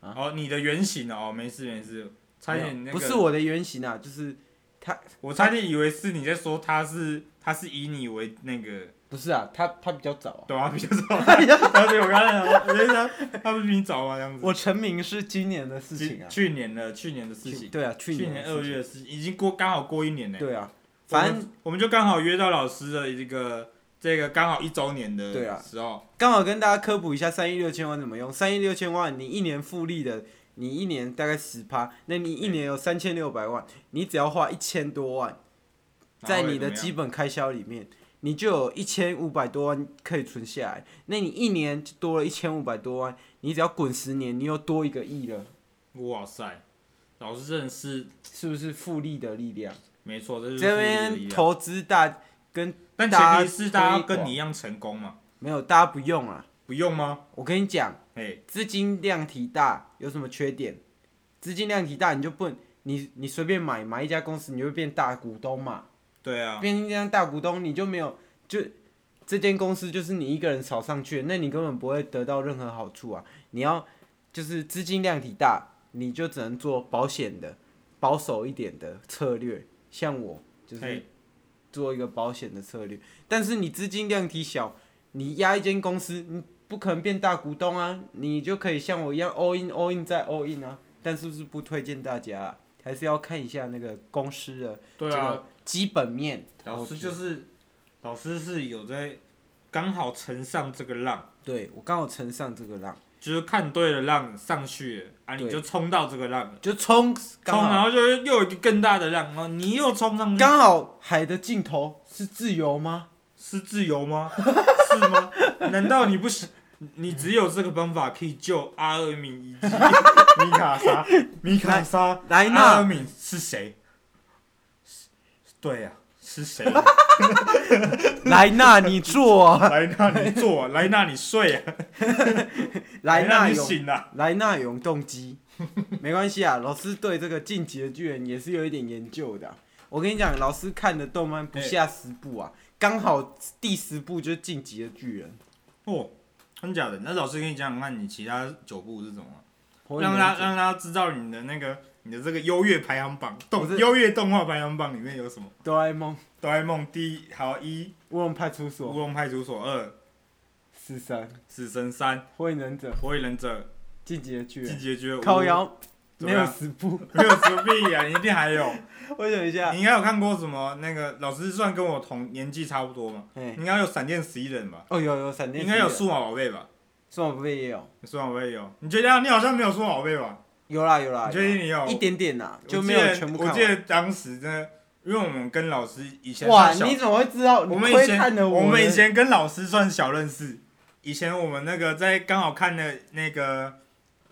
Speaker 2: 啊
Speaker 1: 哦，你的原型哦，没事没事，差点
Speaker 2: 没
Speaker 1: 那个
Speaker 2: 有不是我的原型啊，就是他
Speaker 1: 我差点以为是你在说他是他是以你为那个，
Speaker 2: 不是啊，他他比 较早、
Speaker 1: 对啊，比较早，
Speaker 2: 啊，
Speaker 1: 他比我刚才讲，我在想他不是比你早吗？这样子。
Speaker 2: 我成名是今年的事情啊，
Speaker 1: 去年的去年的事
Speaker 2: 去
Speaker 1: 情，
Speaker 2: 对啊，
Speaker 1: 去
Speaker 2: 年
Speaker 1: 年
Speaker 2: 的事
Speaker 1: 二
Speaker 2: 情
Speaker 1: 月，的事情，已经过刚好过一年呢。
Speaker 2: 对啊，
Speaker 1: 我们，
Speaker 2: 反正
Speaker 1: 我们就刚好约到老师的一个这个刚好一周年的
Speaker 2: 对啊
Speaker 1: 时候，
Speaker 2: 刚好跟大家科普一下三亿六千万怎么用。三亿六千万，你一年复利的，你一年大概十趴，那你一年有三千六百万，你只要花一千多万在你的
Speaker 1: 然后
Speaker 2: 基
Speaker 1: 会
Speaker 2: 本开销里面，你就有一千五百多万可以存下来。那你一年就多了一千五百多万，你只要滚十年，你又多一个亿了，
Speaker 1: 怎么样哇塞，老师真的是
Speaker 2: 是不是复利的力量？
Speaker 1: 没错，这就是
Speaker 2: 这
Speaker 1: 复利的力
Speaker 2: 边
Speaker 1: 量
Speaker 2: 投资大跟
Speaker 1: 但
Speaker 2: 大
Speaker 1: 前
Speaker 2: 家
Speaker 1: 提是大家
Speaker 2: 推
Speaker 1: 跟
Speaker 2: 广
Speaker 1: 你一样成功嘛，
Speaker 2: 没有，大家不用啊。
Speaker 1: 不用吗？
Speaker 2: 我跟你讲。
Speaker 1: 哎，
Speaker 2: 资金量体大有什么缺点？资金量体大你就不能，你你随便买买一家公司，你就会变大股东嘛。
Speaker 1: 对啊，
Speaker 2: 变成这样大股东，你就没有就这间公司就是你一个人炒上去，那你根本不会得到任何好处啊！你要就是资金量体大，你就只能做保险的、保守一点的策略。像我就是
Speaker 1: 嘿
Speaker 2: 做一个保险的策略，但是你资金量体小，你压一间公司，你不可能变大股东啊！你就可以像我一样 all in all in 再 all in 啊！但是不是不推荐大家啊、还是要看一下那个公司的
Speaker 1: 对啊，，
Speaker 2: 基本面。
Speaker 1: 老师
Speaker 2: 就
Speaker 1: 就是老师是有在刚好乘上这个浪，
Speaker 2: 对我刚好乘上这个浪，
Speaker 1: 就是看对了浪上去了啊，你
Speaker 2: 对
Speaker 1: 就冲到这个浪了，
Speaker 2: 就冲
Speaker 1: 冲啊
Speaker 2: 刚
Speaker 1: 然
Speaker 2: 好
Speaker 1: 后就又有一个更大的浪，然后你又冲上去，
Speaker 2: 刚好海的尽头是自由吗？
Speaker 1: 是自由吗？是吗？ 难道你不行？你只有这个方法可以救阿尔敏以及 米卡莎？米卡莎，
Speaker 2: 莱
Speaker 1: 阿尔
Speaker 2: 纳
Speaker 1: 敏是谁？是对呀、是谁？
Speaker 2: 莱纳，你坐啊，
Speaker 1: 莱纳，你坐 啊；莱纳，你睡啊；
Speaker 2: 莱纳
Speaker 1: 你
Speaker 2: 有
Speaker 1: 醒啊。
Speaker 2: 莱纳永动机， 没关系啊，老师对这个《进击的巨人》也是有一点研究的啊、我跟你讲，老师看的动漫不下十部啊，刚、好第十部就是《进击的巨人
Speaker 1: 哦，真假的？那老师跟你讲讲看，你其他九部是什么啊？》，
Speaker 2: 火
Speaker 1: 让
Speaker 2: 影忍
Speaker 1: 他
Speaker 2: 者
Speaker 1: 让他知道你的那个你的这个优越排行榜
Speaker 2: 不
Speaker 1: 动
Speaker 2: 是
Speaker 1: 优越动画排行榜里面有什么？
Speaker 2: 哆啦 A 梦、
Speaker 1: 哆啦 A 梦第一好一，
Speaker 2: 乌龙派出所、
Speaker 1: 乌龙派出所二，
Speaker 2: 死神、
Speaker 1: 死神三，
Speaker 2: 火影忍者、
Speaker 1: 火影忍者，
Speaker 2: 进击的巨
Speaker 1: 进
Speaker 2: 人、
Speaker 1: 击的巨人五，
Speaker 2: 靠腰，
Speaker 1: 怎
Speaker 2: 没
Speaker 1: 么
Speaker 2: 有啊
Speaker 1: 样
Speaker 2: 十部。
Speaker 1: 没有什么屁啊，你一定还有。
Speaker 2: 我想一下
Speaker 1: 你，应该有看过什么？那个老师算跟我同年纪差不多嘛，
Speaker 2: 哎、
Speaker 1: 你应该有闪电十一人吧？
Speaker 2: 哦有有闪
Speaker 1: 你
Speaker 2: 电，
Speaker 1: 应该有，数码宝贝吧？
Speaker 2: 算我不也有，
Speaker 1: 数码宝贝有，你觉得你好像没有数码宝贝吧？
Speaker 2: 有啦有啦，
Speaker 1: 你确定你有？
Speaker 2: 一点点啦，
Speaker 1: 我
Speaker 2: 就
Speaker 1: 记
Speaker 2: 没有
Speaker 1: 得
Speaker 2: 全部
Speaker 1: 我
Speaker 2: 看
Speaker 1: 记得
Speaker 2: 完。
Speaker 1: 当时真的，因为我们跟老师以前
Speaker 2: 哇，
Speaker 1: 算小
Speaker 2: 你怎么会知道？你
Speaker 1: 我们以
Speaker 2: 窥
Speaker 1: 前
Speaker 2: 探了
Speaker 1: 我们
Speaker 2: 的
Speaker 1: 以前跟老师算小认识。以前我们那个在刚好看的那个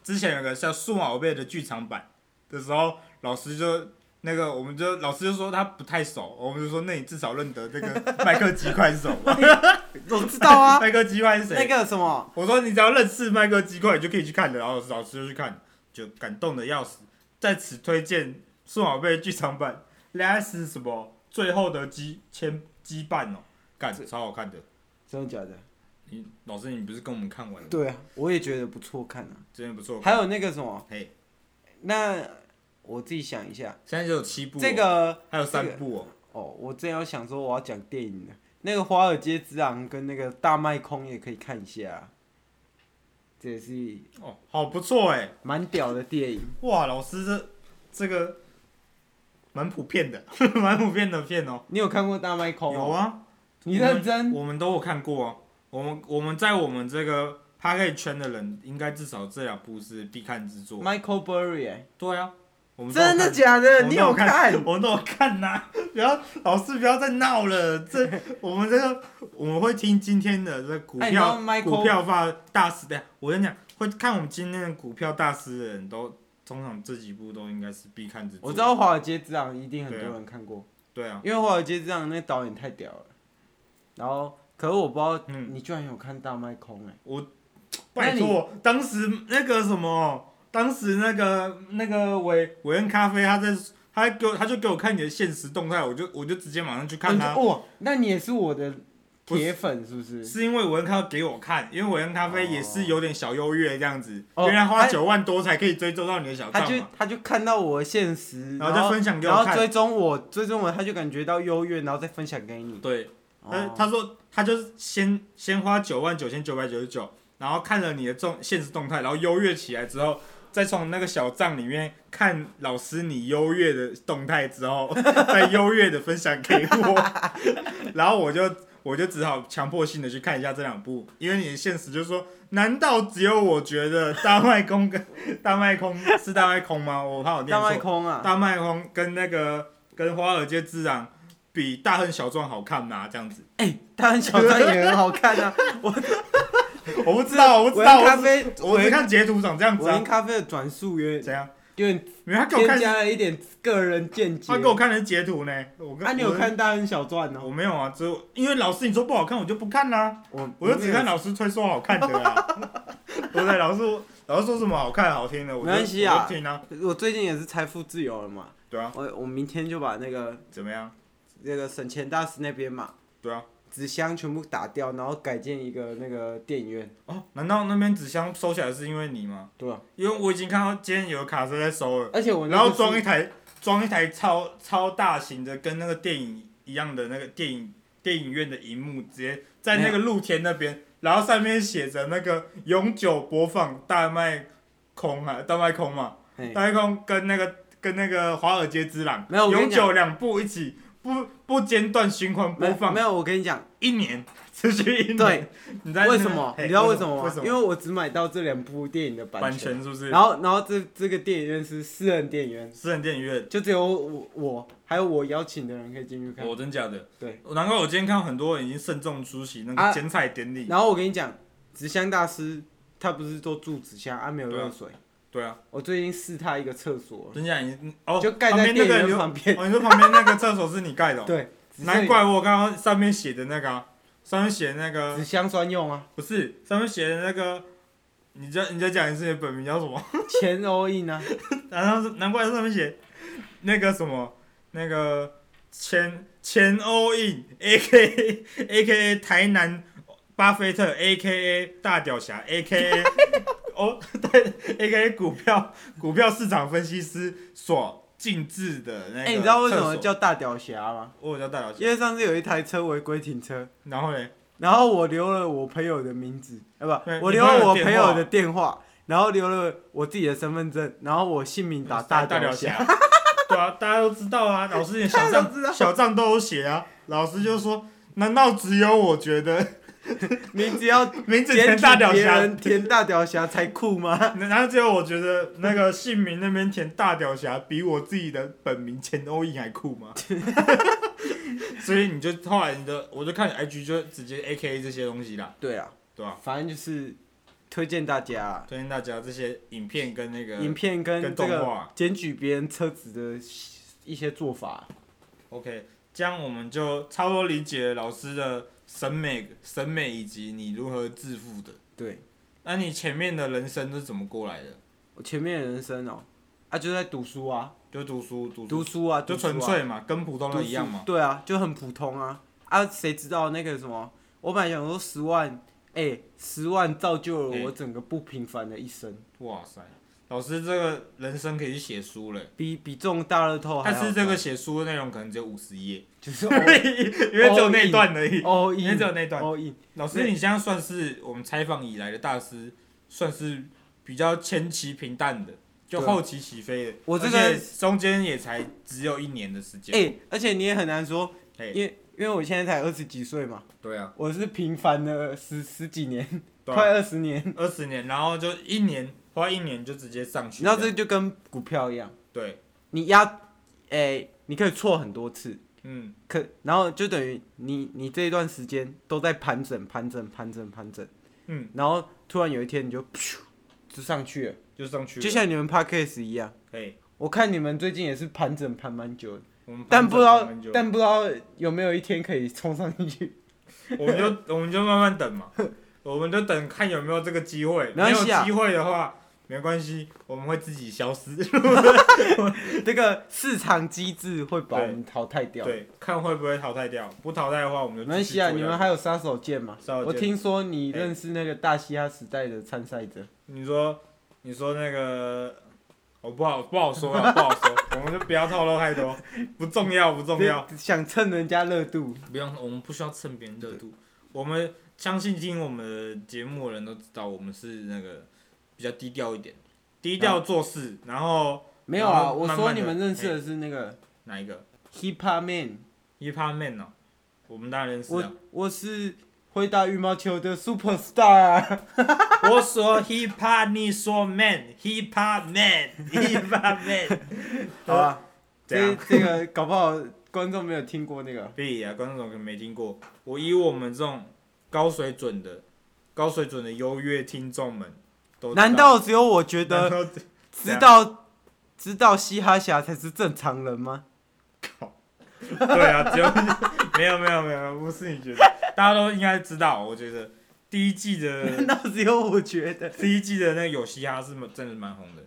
Speaker 1: 之前有个叫数码宝贝的剧场版的时候，老师就那个我们就老师就说他不太熟，我们就说那你至少认得这 个麦克鸡块是什么？
Speaker 2: 我知道啊，
Speaker 1: 麦克鸡块是谁？
Speaker 2: 那个什么，
Speaker 1: 我说你只要认识麦克鸡块，你就可以去看的。然后老师就去看，就感动的要死。在此推荐数码宝贝剧场版《Last 什么最后的羁牵羁绊》哦，干超好看的。
Speaker 2: 真的假的？
Speaker 1: 你老师，你不是跟我们看完了吗？
Speaker 2: 对啊，我也觉得不错看啊。
Speaker 1: 真的不错。
Speaker 2: 还有那个什么，
Speaker 1: 嘿，
Speaker 2: 那我自己想一下，
Speaker 1: 现在就有七部、哦，
Speaker 2: 这个
Speaker 1: 还有三部哦。
Speaker 2: 哦，我正要想说我要讲电影的，那个《华尔街之狼》跟那个《大麦空》也可以看一下啊、这也是
Speaker 1: 哦，好不错哎，
Speaker 2: 蛮屌的电影。
Speaker 1: 哇，老师这这个蛮普遍的， 蛮普遍的片哦。
Speaker 2: 你有看过《大麦空》
Speaker 1: 有
Speaker 2: 吗？
Speaker 1: 啊，
Speaker 2: 你
Speaker 1: 我们
Speaker 2: 认真？
Speaker 1: 我们都有看过啊。我们我们在我们这个 p a c k e 圈的人，应该至少这两部是必看之作。
Speaker 2: Michael Burry，、欸、
Speaker 1: 对啊，我们都有
Speaker 2: 真的
Speaker 1: 看
Speaker 2: 假
Speaker 1: 我
Speaker 2: 的？
Speaker 1: 们
Speaker 2: 你
Speaker 1: 都有
Speaker 2: 有看？
Speaker 1: 我们都有看呐、不要老师不要再闹了，这我们这个我们会听今天的这股
Speaker 2: 哎你知道
Speaker 1: 票、
Speaker 2: Michael-
Speaker 1: 股票发大师的，我跟你讲，会看我们今天的股票大师的人都通常这几部都应该是必看之作。
Speaker 2: 我知道《华尔街之狼》一定很
Speaker 1: 对啊
Speaker 2: 多人看过，
Speaker 1: 对啊，
Speaker 2: 因为《华尔街之狼》那导演太屌了。然后，可是我不知道、
Speaker 1: 嗯
Speaker 2: 你居然有看《大麦空》哎。那
Speaker 1: 拜
Speaker 2: 你
Speaker 1: 托，当时那个什么，当时那个那个韦韦恩咖啡他在。他给我，他就给我看你的现实动态，我就我就直接马上去看
Speaker 2: 嗯
Speaker 1: 他，
Speaker 2: 哇，那你也是我的铁粉是不是？
Speaker 1: 是因为韦恩咖啡给我看，因为韦恩咖啡也是有点小优越这样子，
Speaker 2: 哦
Speaker 1: 原来花
Speaker 2: 他
Speaker 1: 九万多才可以追踪到你的小
Speaker 2: 他
Speaker 1: 账
Speaker 2: 就
Speaker 1: 啊嘛，
Speaker 2: 他就看到我的现实，
Speaker 1: 然
Speaker 2: 然
Speaker 1: 后再分享给
Speaker 2: 然
Speaker 1: 我
Speaker 2: 后
Speaker 1: 看。
Speaker 2: 追踪我，追踪我，他就感觉到优越，然后再分享给你。
Speaker 1: 对，他
Speaker 2: 哦
Speaker 1: 他说他就是先先花九万九千九百九十九，然后看了你的动现实动态，然后优越起来之后，再从那个小账里面看老师你优越的动态之后， 再优越的分享给我，然后我 就我就只好强迫性的去看一下这两部，因为你的现实就是说，难道只有我觉得大麦空跟大麦空是大麦空吗？我怕我念
Speaker 2: 大
Speaker 1: 错
Speaker 2: 麦，空啊，
Speaker 1: 大麦空跟那个跟华尔街之狼比大亨小传好看吗？这样子，
Speaker 2: 哎，他很小张也很好看啊。
Speaker 1: 我不知 道，我不
Speaker 2: 我
Speaker 1: 知道，
Speaker 2: 咖
Speaker 1: 我
Speaker 2: 啡，
Speaker 1: 只我只看截图长这样子
Speaker 2: 我
Speaker 1: 啊
Speaker 2: 连，咖啡的转速有点
Speaker 1: 怎样？
Speaker 2: 有点
Speaker 1: 没有他给我
Speaker 2: 添
Speaker 1: 看，
Speaker 2: 加了一点个人见解
Speaker 1: 他。给我看的是截图呢。我跟
Speaker 2: 啊，你有？
Speaker 1: 我
Speaker 2: 看《大亨小传》
Speaker 1: 我
Speaker 2: 哦？
Speaker 1: 没有啊，只有因为老师你说不好看，我就不看啦、
Speaker 2: 我
Speaker 1: 我就只看老师吹说好看的 啊。对不对？老师老师说什么好看好听的，我就
Speaker 2: 没关系啊
Speaker 1: 我就听啊。
Speaker 2: 我最近也是财富自由了嘛，
Speaker 1: 对啊，
Speaker 2: 我我明天就把那个
Speaker 1: 怎么样？
Speaker 2: 那个省钱大师那边嘛，
Speaker 1: 对啊。
Speaker 2: 纸箱全部打掉，然后改建一个那个电影院，
Speaker 1: 哦，难道那边纸箱收起来是因为你吗？
Speaker 2: 对啊吧？
Speaker 1: 因为我已经看到今天有卡车在收了。
Speaker 2: 而且我那
Speaker 1: 然后
Speaker 2: 个是
Speaker 1: 装一台装一台超超大型的，跟那个电影一样的那个电影电影院的荧幕，直接在那个露天那边，然后上面写着那个永久播放大麦空啊，大麦空嘛，
Speaker 2: 嘿
Speaker 1: 大麦空跟那个跟那个《华尔街之狼》
Speaker 2: 没有我跟
Speaker 1: 永
Speaker 2: 你讲
Speaker 1: 久两部一起不不间断循环播
Speaker 2: 没
Speaker 1: 放，
Speaker 2: 没有，我跟你讲，
Speaker 1: 一年持续一年。
Speaker 2: 对，
Speaker 1: 你在那
Speaker 2: 为
Speaker 1: 边
Speaker 2: 什么？
Speaker 1: 嘿
Speaker 2: 你知道
Speaker 1: 为
Speaker 2: 为什么
Speaker 1: 为
Speaker 2: 吗？
Speaker 1: 什么？
Speaker 2: 因为我只买到这两部电影的版
Speaker 1: 版
Speaker 2: 权，
Speaker 1: 权是不是？
Speaker 2: 然后然后这这个电影院是私人电影院，
Speaker 1: 私人电影院，
Speaker 2: 就只有我我还有我邀请的人可以进去看。
Speaker 1: 我真假的？
Speaker 2: 对，
Speaker 1: 难怪我今天看到很多人已经慎重出席那
Speaker 2: 啊
Speaker 1: 个剪彩典礼。
Speaker 2: 然后我跟你讲，纸箱大师他不是都住纸箱，啊没有
Speaker 1: 对啊
Speaker 2: 热水。
Speaker 1: 对啊，
Speaker 2: 我最近试他一个厕所，
Speaker 1: 真假已经哦，
Speaker 2: 就盖
Speaker 1: 旁
Speaker 2: 在
Speaker 1: 边
Speaker 2: 电
Speaker 1: 那
Speaker 2: 影
Speaker 1: 个
Speaker 2: 院
Speaker 1: 留
Speaker 2: 旁边。
Speaker 1: 哦，你说旁边那个厕所是你盖的、 哦？
Speaker 2: 对，
Speaker 1: 难怪我刚刚上面写的那个啊、上面写的那个
Speaker 2: 纸箱专用啊，
Speaker 1: 不是，上面写的那个，你再你再讲一次，你的本名叫什么？
Speaker 2: 前 all in 啊，
Speaker 1: 然后是难怪上面写那个什么那个前前欧印 A K A K A 台南巴菲特 A K A 大屌侠 A K A 哦对 A K A 股票股票市场分析师所禁制的 那个。
Speaker 2: 哎、你知道为什么？叫大屌侠吗？
Speaker 1: 我有叫大屌侠。
Speaker 2: 因为上次有一台车违规停车，
Speaker 1: 然后嘞，
Speaker 2: 然后我留了我朋友的名字，啊
Speaker 1: 对
Speaker 2: 不，我
Speaker 1: 你
Speaker 2: 留
Speaker 1: 朋友
Speaker 2: 了
Speaker 1: 的
Speaker 2: 我
Speaker 1: 电
Speaker 2: 朋友
Speaker 1: 话
Speaker 2: 的电话，然后留了我自己的身份证，然后我姓名打
Speaker 1: 大
Speaker 2: 啊屌
Speaker 1: 屌。侠。对啊，大家都知道 啊，老师也小
Speaker 2: 大家都知道
Speaker 1: 账小账都有写啊。老师就说：“难道只有我觉得
Speaker 2: 你只要
Speaker 1: 名字
Speaker 2: 填
Speaker 1: 填大屌
Speaker 2: 别
Speaker 1: 侠
Speaker 2: 人填大屌侠才酷吗？
Speaker 1: 然后最后我觉得那个姓名那边填大屌侠比我自己的本名前欧印还酷 吗？所以你就后来你的，我就看你 IG 就直接 AKA 这些东西啦，
Speaker 2: 对啊，
Speaker 1: 对吧、
Speaker 2: 反正就是推荐大家啊
Speaker 1: 推荐大家这些影片跟那个
Speaker 2: 影片跟
Speaker 1: 跟
Speaker 2: 这
Speaker 1: 动
Speaker 2: 个
Speaker 1: 画
Speaker 2: 检举别人车子的一些做法。
Speaker 1: ，OK，这样我们就差不多理解老师的审美审美以及你如何致富的。
Speaker 2: 对，
Speaker 1: 那你前面的人生是怎么过来的？
Speaker 2: 我前面的人生哦、啊就在读书啊，
Speaker 1: 就读书，读
Speaker 2: 读
Speaker 1: 书，
Speaker 2: 书啊，
Speaker 1: 就
Speaker 2: 读书啊
Speaker 1: 纯粹嘛，跟普通
Speaker 2: 读
Speaker 1: 人一样
Speaker 2: 书
Speaker 1: 嘛。
Speaker 2: 对啊，就很普通啊啊，谁知道那个什么？我本来想说十万，哎、十万造就了
Speaker 1: 哎
Speaker 2: 我整个不平凡的一生，
Speaker 1: 哇塞，老师这个人生可以去写书了。
Speaker 2: 比比中大乐哦透还
Speaker 1: 但
Speaker 2: 好
Speaker 1: 是这 个写书的内容可能只有五十页，
Speaker 2: 就是
Speaker 1: 因为只有那一段 而已，
Speaker 2: all
Speaker 1: 因为只
Speaker 2: in
Speaker 1: 有那一段。
Speaker 2: all in，
Speaker 1: 老师，你现在算是我们采访以来的大师，算是比较前期平淡的，就
Speaker 2: 对啊
Speaker 1: 后期起飞的。
Speaker 2: 我这个
Speaker 1: 而且中间也才只有一年的时间。
Speaker 2: 哎、而且你也很难说，
Speaker 1: 哎
Speaker 2: 因为因为我现在才二十几岁嘛，
Speaker 1: 对啊，
Speaker 2: 我是平凡的十十几年，
Speaker 1: 对
Speaker 2: 快
Speaker 1: 啊，
Speaker 2: 二十年，
Speaker 1: 二十年，然后就一年花一年就直接上去
Speaker 2: 然
Speaker 1: 了。
Speaker 2: 后这就跟股票一样，
Speaker 1: 对，
Speaker 2: 你压，哎、你可以错很多次，
Speaker 1: 嗯，
Speaker 2: 可然后就等于你你这一段时间都在盘整盘整盘整盘整，
Speaker 1: 嗯，
Speaker 2: 然后突然有一天你就噗就上去了，
Speaker 1: 就上去了。
Speaker 2: 就像你们 podcast 一样，
Speaker 1: 可以，
Speaker 2: 我看你们最近也是盘整盘蛮久的，
Speaker 1: 我们
Speaker 2: 但不知道
Speaker 1: 盘整
Speaker 2: 但不知道有没有一天可以冲上去。
Speaker 1: 我们就我们就慢慢等嘛， 我们就等看有没有这个机会。没
Speaker 2: 没关
Speaker 1: 有
Speaker 2: 系啊
Speaker 1: 机会的话，没关系，我们会自己消失。
Speaker 2: 这个市场机制会把我们淘汰掉。
Speaker 1: 对，看会不会淘汰掉。不淘汰的话，我们就
Speaker 2: 没
Speaker 1: 继
Speaker 2: 关
Speaker 1: 续
Speaker 2: 系
Speaker 1: 做
Speaker 2: 啊，
Speaker 1: 下去。
Speaker 2: 你们还有杀手锏嘛？
Speaker 1: 杀手锏哎
Speaker 2: 我听说你认识那个大嘻哈时代的参赛者，
Speaker 1: 你说你说那个，我不好不好说啊， 不好说，我们就不要透露太 多，不重要不重要，
Speaker 2: 想蹭人家热度，
Speaker 1: 不用，我们不需要蹭别人热度。我们相信听我们的节目的人都知道，我们是那个比较低调一点，低调做事，
Speaker 2: 啊
Speaker 1: 然后
Speaker 2: 没有啊？
Speaker 1: 然后
Speaker 2: 我
Speaker 1: 慢慢地
Speaker 2: 说你们认识的是那个
Speaker 1: 哪一个？
Speaker 2: Hip Hop Man。
Speaker 1: 一趴 man 哦，我们当然认识啊
Speaker 2: 我。我是会打羽毛球的 super star，、啊、
Speaker 1: 我说 hip hop，你说 man，hip hop man，hip hop man。
Speaker 2: 好吧？
Speaker 1: 啊怎
Speaker 2: 这
Speaker 1: 样
Speaker 2: 这个搞不好观众没有听过那个，
Speaker 1: 屁啊，观众可能没听过。我以我们这种高水准的、高水准的优越听众们，都知道
Speaker 2: 难道只有我觉
Speaker 1: 难
Speaker 2: 得
Speaker 1: 道
Speaker 2: 知道知道嘻哈侠才是正常人吗？
Speaker 1: 对啊，只有没有没有没有，不是你觉得，大家都应该知道。我觉得第一季的
Speaker 2: 难道只有我觉得？
Speaker 1: 第一季的那个有嘻哈是蛮真的蛮红的，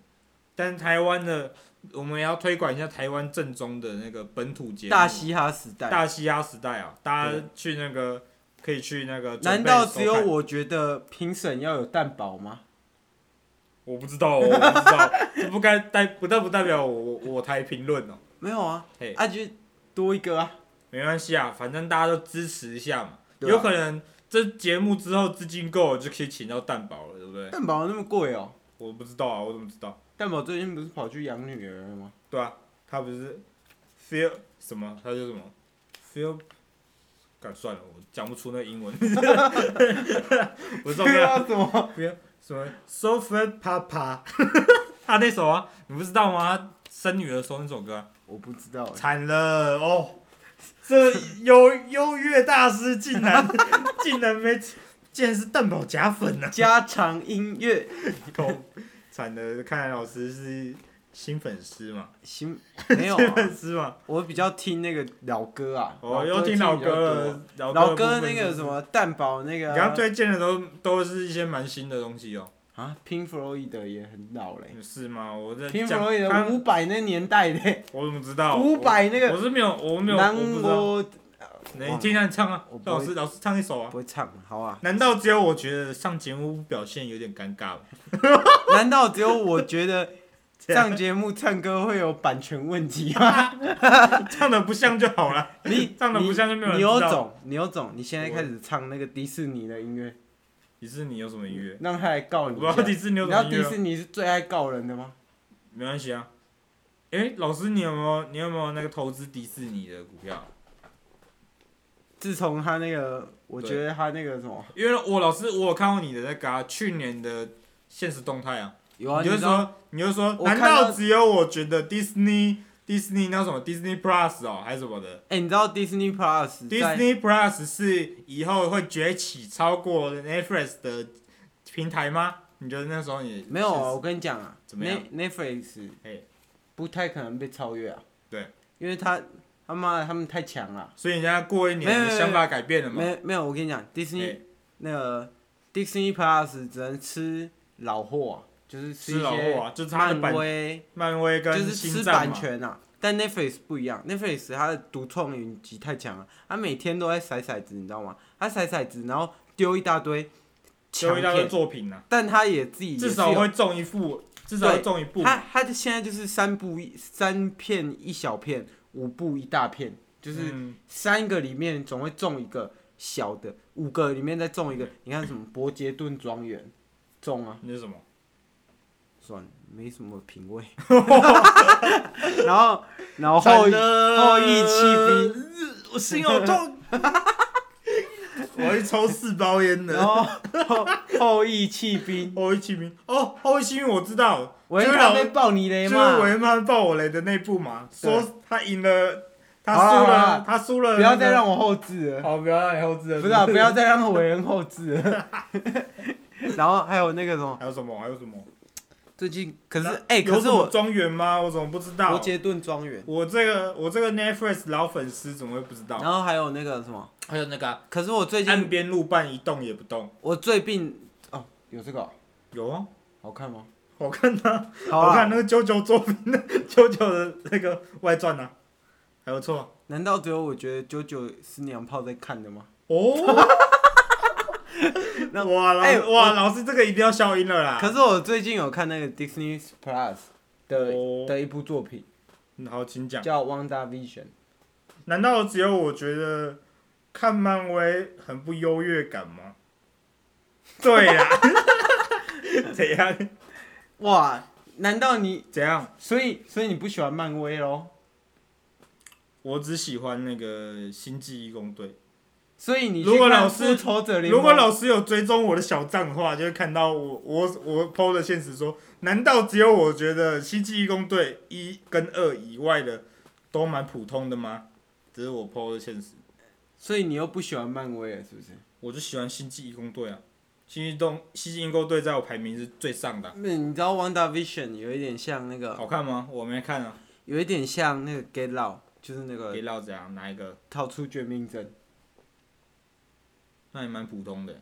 Speaker 1: 但台湾的我们也要推广一下台湾正宗的那个本土节目
Speaker 2: 大嘻哈时代，
Speaker 1: 大嘻哈时代啊，大
Speaker 2: 对
Speaker 1: 家去那个可以去那个。
Speaker 2: 难道只有？我觉得评审要有蛋堡吗？
Speaker 1: 我不知道哦，我不知道，这不该代不代不代表我我我台评论哦，
Speaker 2: 没有啊
Speaker 1: 嘿，
Speaker 2: 啊就多一个啊，
Speaker 1: 没关系啊，反正大家都支持一下嘛。
Speaker 2: 对啊
Speaker 1: 有可能这节目之后资金够了就可以请到蛋宝了，对不对？
Speaker 2: 蛋堡那么贵哦、
Speaker 1: 我不知道啊，我怎么知道？
Speaker 2: 蛋堡最近不是跑去养女儿了吗？
Speaker 1: 对啊，他不是 feel 什么，他叫什么 feel。干算了，我讲不出那英文。 我受不了，
Speaker 2: 什么？
Speaker 1: 什啊么 Sophie Papa，他 那首啊，你不知道吗？他生女儿的时候那首歌啊、
Speaker 2: 我不知道欸。
Speaker 1: 惨了哦，这优优越大师竟然竟然没，竟然是邓宝假粉啊！
Speaker 2: 家常音乐
Speaker 1: 狗 惨了，看来老师是新粉丝 嘛，
Speaker 2: 行，没有啊、
Speaker 1: 新 粉丝嘛，
Speaker 2: 我比较听那个老歌啊。
Speaker 1: 哦，又听老
Speaker 2: 老
Speaker 1: 歌
Speaker 2: 歌
Speaker 1: 了，
Speaker 2: 比较多啊。
Speaker 1: 老歌
Speaker 2: 老歌
Speaker 1: 的部分
Speaker 2: 那个
Speaker 1: 是
Speaker 2: 什，么蛋堡那个
Speaker 1: 你
Speaker 2: 啊
Speaker 1: 刚推荐的都都是一些蛮新的东西哦，
Speaker 2: 啊，Pink Floyd 的也很老嘞
Speaker 1: 是吗？我在
Speaker 2: ，Pink
Speaker 1: 呃讲
Speaker 2: Floyd
Speaker 1: 他
Speaker 2: 的五百那年代的，
Speaker 1: 我怎么知道？
Speaker 2: 五百那
Speaker 1: 我
Speaker 2: 个。
Speaker 1: 是没有，我没有，我不知道。
Speaker 2: 我
Speaker 1: 你尽量唱啊
Speaker 2: 我，不会
Speaker 1: 老师老师唱一首啊？
Speaker 2: 不。会唱，好啊
Speaker 1: 难道只有我觉得上节目表现有点尴尬吗？
Speaker 2: 难道只有我觉得上节目唱歌会有版权问题吗？
Speaker 1: 唱的不像就好了。
Speaker 2: 你
Speaker 1: 唱的不像就没有人
Speaker 2: 你
Speaker 1: 知道
Speaker 2: 有种，你有种，你现在开始唱那个迪士尼的音乐，
Speaker 1: 迪士尼有什么音乐？
Speaker 2: 让他来告
Speaker 1: 我
Speaker 2: 你
Speaker 1: 不
Speaker 2: 一
Speaker 1: 知
Speaker 2: 下。
Speaker 1: 道迪士尼有什么音乐啊
Speaker 2: 你知道迪士，尼是最爱告人的吗？
Speaker 1: 没关系啊。哎，老师，你有没有你有没有那个投资迪士尼的股票？
Speaker 2: 自从他那个，我
Speaker 1: 对
Speaker 2: 觉得他那个什么，
Speaker 1: 因为我老师我有看过你的那个啊去年的现实动态啊，
Speaker 2: 有啊，
Speaker 1: 你就
Speaker 2: 知道
Speaker 1: 说你就说，
Speaker 2: 我
Speaker 1: 难
Speaker 2: 看到
Speaker 1: 道只有我觉得 Disney Disney 那什么 Disney Plus 哦还是什么的？
Speaker 2: 哎、你知道 Disney Plus 在
Speaker 1: Disney Plus 是以后会崛起超过 Netflix 的平台吗？你觉得那时候你
Speaker 2: 没有啊？我跟你讲啊
Speaker 1: 怎么样
Speaker 2: ，Net Netflix
Speaker 1: 哎
Speaker 2: 不太可能被超越啊。
Speaker 1: 对，
Speaker 2: 因为他他妈的他们太强了。
Speaker 1: 所以人家过一年
Speaker 2: 没有没
Speaker 1: 你
Speaker 2: 有
Speaker 1: 想法改变了吗？
Speaker 2: 没没有，我跟你讲，Disney、
Speaker 1: 哎
Speaker 2: 那个 Disney Plus 只能吃老货、啊，就是吃
Speaker 1: 吃
Speaker 2: 一
Speaker 1: 老
Speaker 2: 些
Speaker 1: 货啊，就是他的
Speaker 2: 漫
Speaker 1: 版
Speaker 2: 威，
Speaker 1: 漫威
Speaker 2: 就
Speaker 1: 跟
Speaker 2: 是
Speaker 1: 星
Speaker 2: 吃
Speaker 1: 战
Speaker 2: 版
Speaker 1: 嘛。
Speaker 2: 权啊。但 Netflix 不一样，Netflix 它的独创云集太强了，它每天都在甩骰子，你知道吗？它甩骰子，然后丢一大堆
Speaker 1: 就
Speaker 2: 强
Speaker 1: 一大堆
Speaker 2: 片，
Speaker 1: 作品呐、
Speaker 2: 但它也自己也
Speaker 1: 至
Speaker 2: 是
Speaker 1: 少
Speaker 2: 有
Speaker 1: 会中一副，至少会中一部。
Speaker 2: 他他现在就是三部一三片一小片，五部一大片，就是
Speaker 1: 嗯
Speaker 2: 三个里面总会中一个小的，五个里面再中一
Speaker 1: 嗯
Speaker 2: 个。你看什么伯杰顿庄园中啊，
Speaker 1: 那是什么？
Speaker 2: 算了，没什么 品味。然后然后后
Speaker 1: 惨
Speaker 2: 羿
Speaker 1: 了
Speaker 2: 哦后羿弃兵，
Speaker 1: 我心好痛， 我要去抽四包烟
Speaker 2: 然
Speaker 1: 呢。
Speaker 2: 后后后羿弃 兵，
Speaker 1: 后羿弃兵哦，后羿弃兵我知道，
Speaker 2: 我
Speaker 1: 就是
Speaker 2: 他
Speaker 1: 老
Speaker 2: 被爆你雷
Speaker 1: 就是
Speaker 2: 嘛，
Speaker 1: 维曼爆我雷的那部嘛，
Speaker 2: 对
Speaker 1: 说他赢了，他
Speaker 2: 好啦
Speaker 1: 输
Speaker 2: 好啦
Speaker 1: 了，他输了那个，
Speaker 2: 不要再让我后 置了。
Speaker 1: 好，不要让你后置了，
Speaker 2: 不是、啊，不要再让韦恩后置了。 然后还有那个什么，
Speaker 1: 还有什么？还有什么？
Speaker 2: 最近可是哎、可
Speaker 1: 有
Speaker 2: 是
Speaker 1: 什么
Speaker 2: 我
Speaker 1: 庄园吗？我怎么不知
Speaker 2: 伯
Speaker 1: 道？
Speaker 2: 杰顿庄园，
Speaker 1: 我这个我这个 Netflix 老粉丝怎么会不知
Speaker 2: 然
Speaker 1: 道？
Speaker 2: 后还有那个什么，
Speaker 1: 还有那个
Speaker 2: 可是我最
Speaker 1: 岸
Speaker 2: 近
Speaker 1: 边路伴一动也不动，
Speaker 2: 我最近哦有这个哦、
Speaker 1: 有啊，
Speaker 2: 好看吗？
Speaker 1: 好看啊，
Speaker 2: 好
Speaker 1: 好
Speaker 2: 啊
Speaker 1: 看那，个九九作品的 九九的那个外传呐，还不错
Speaker 2: 难道只有我觉得九九是娘炮在看的吗？
Speaker 1: 哦。
Speaker 2: 那
Speaker 1: 哇老
Speaker 2: 哎
Speaker 1: 哇
Speaker 2: 我
Speaker 1: 老师这个一定要消音了啦。
Speaker 2: 可是我最近有看那个 Disney Plus 的、
Speaker 1: 哦
Speaker 2: 的一部作品
Speaker 1: 嗯好，请讲。
Speaker 2: 叫《Wanda Vision》，
Speaker 1: 难道只有我觉得看漫威很不优越感 吗？对呀， 怎样
Speaker 2: 哇，难道你
Speaker 1: 怎样？
Speaker 2: 所以所以你不喜欢漫威喽？
Speaker 1: 我只喜欢那个星际义工队。
Speaker 2: 所以你去
Speaker 1: 如果
Speaker 2: 看
Speaker 1: 老师
Speaker 2: 复仇者联盟，
Speaker 1: 如果老师有追踪我的小账的话，就会看到我我我 PO 的现实说，难道只有我觉得星际义工队一跟二以外的都蛮普通的吗？只是我 PO 的现实，
Speaker 2: 所以你又不喜欢漫威了，是不是？
Speaker 1: 我就喜欢星际义工队啊。星际动星际义工队在我排名是最上的啊、啊
Speaker 2: 那你知道《Wanda Vision》有一点像那个，
Speaker 1: 好看吗？我没看啊。
Speaker 2: 有一点像那个《Get Out》，就是那
Speaker 1: 给
Speaker 2: 个
Speaker 1: 老子样哪一个？
Speaker 2: 逃出绝命镇。
Speaker 1: 那也蛮普通的。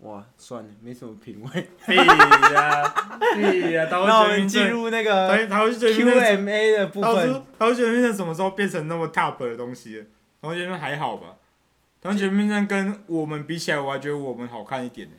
Speaker 2: 哇，算了，没什么品 味。
Speaker 1: 屁呀，屁呀！他
Speaker 2: 那我
Speaker 1: 会
Speaker 2: 们进入那个
Speaker 1: 他他会决定那，
Speaker 2: Q&A 的部
Speaker 1: 他
Speaker 2: 分。
Speaker 1: 会他会决定那什么时候变成那么 top 的东西了。同学们还好吧？同学们跟我们比起来，我还觉得我们好看一点呢。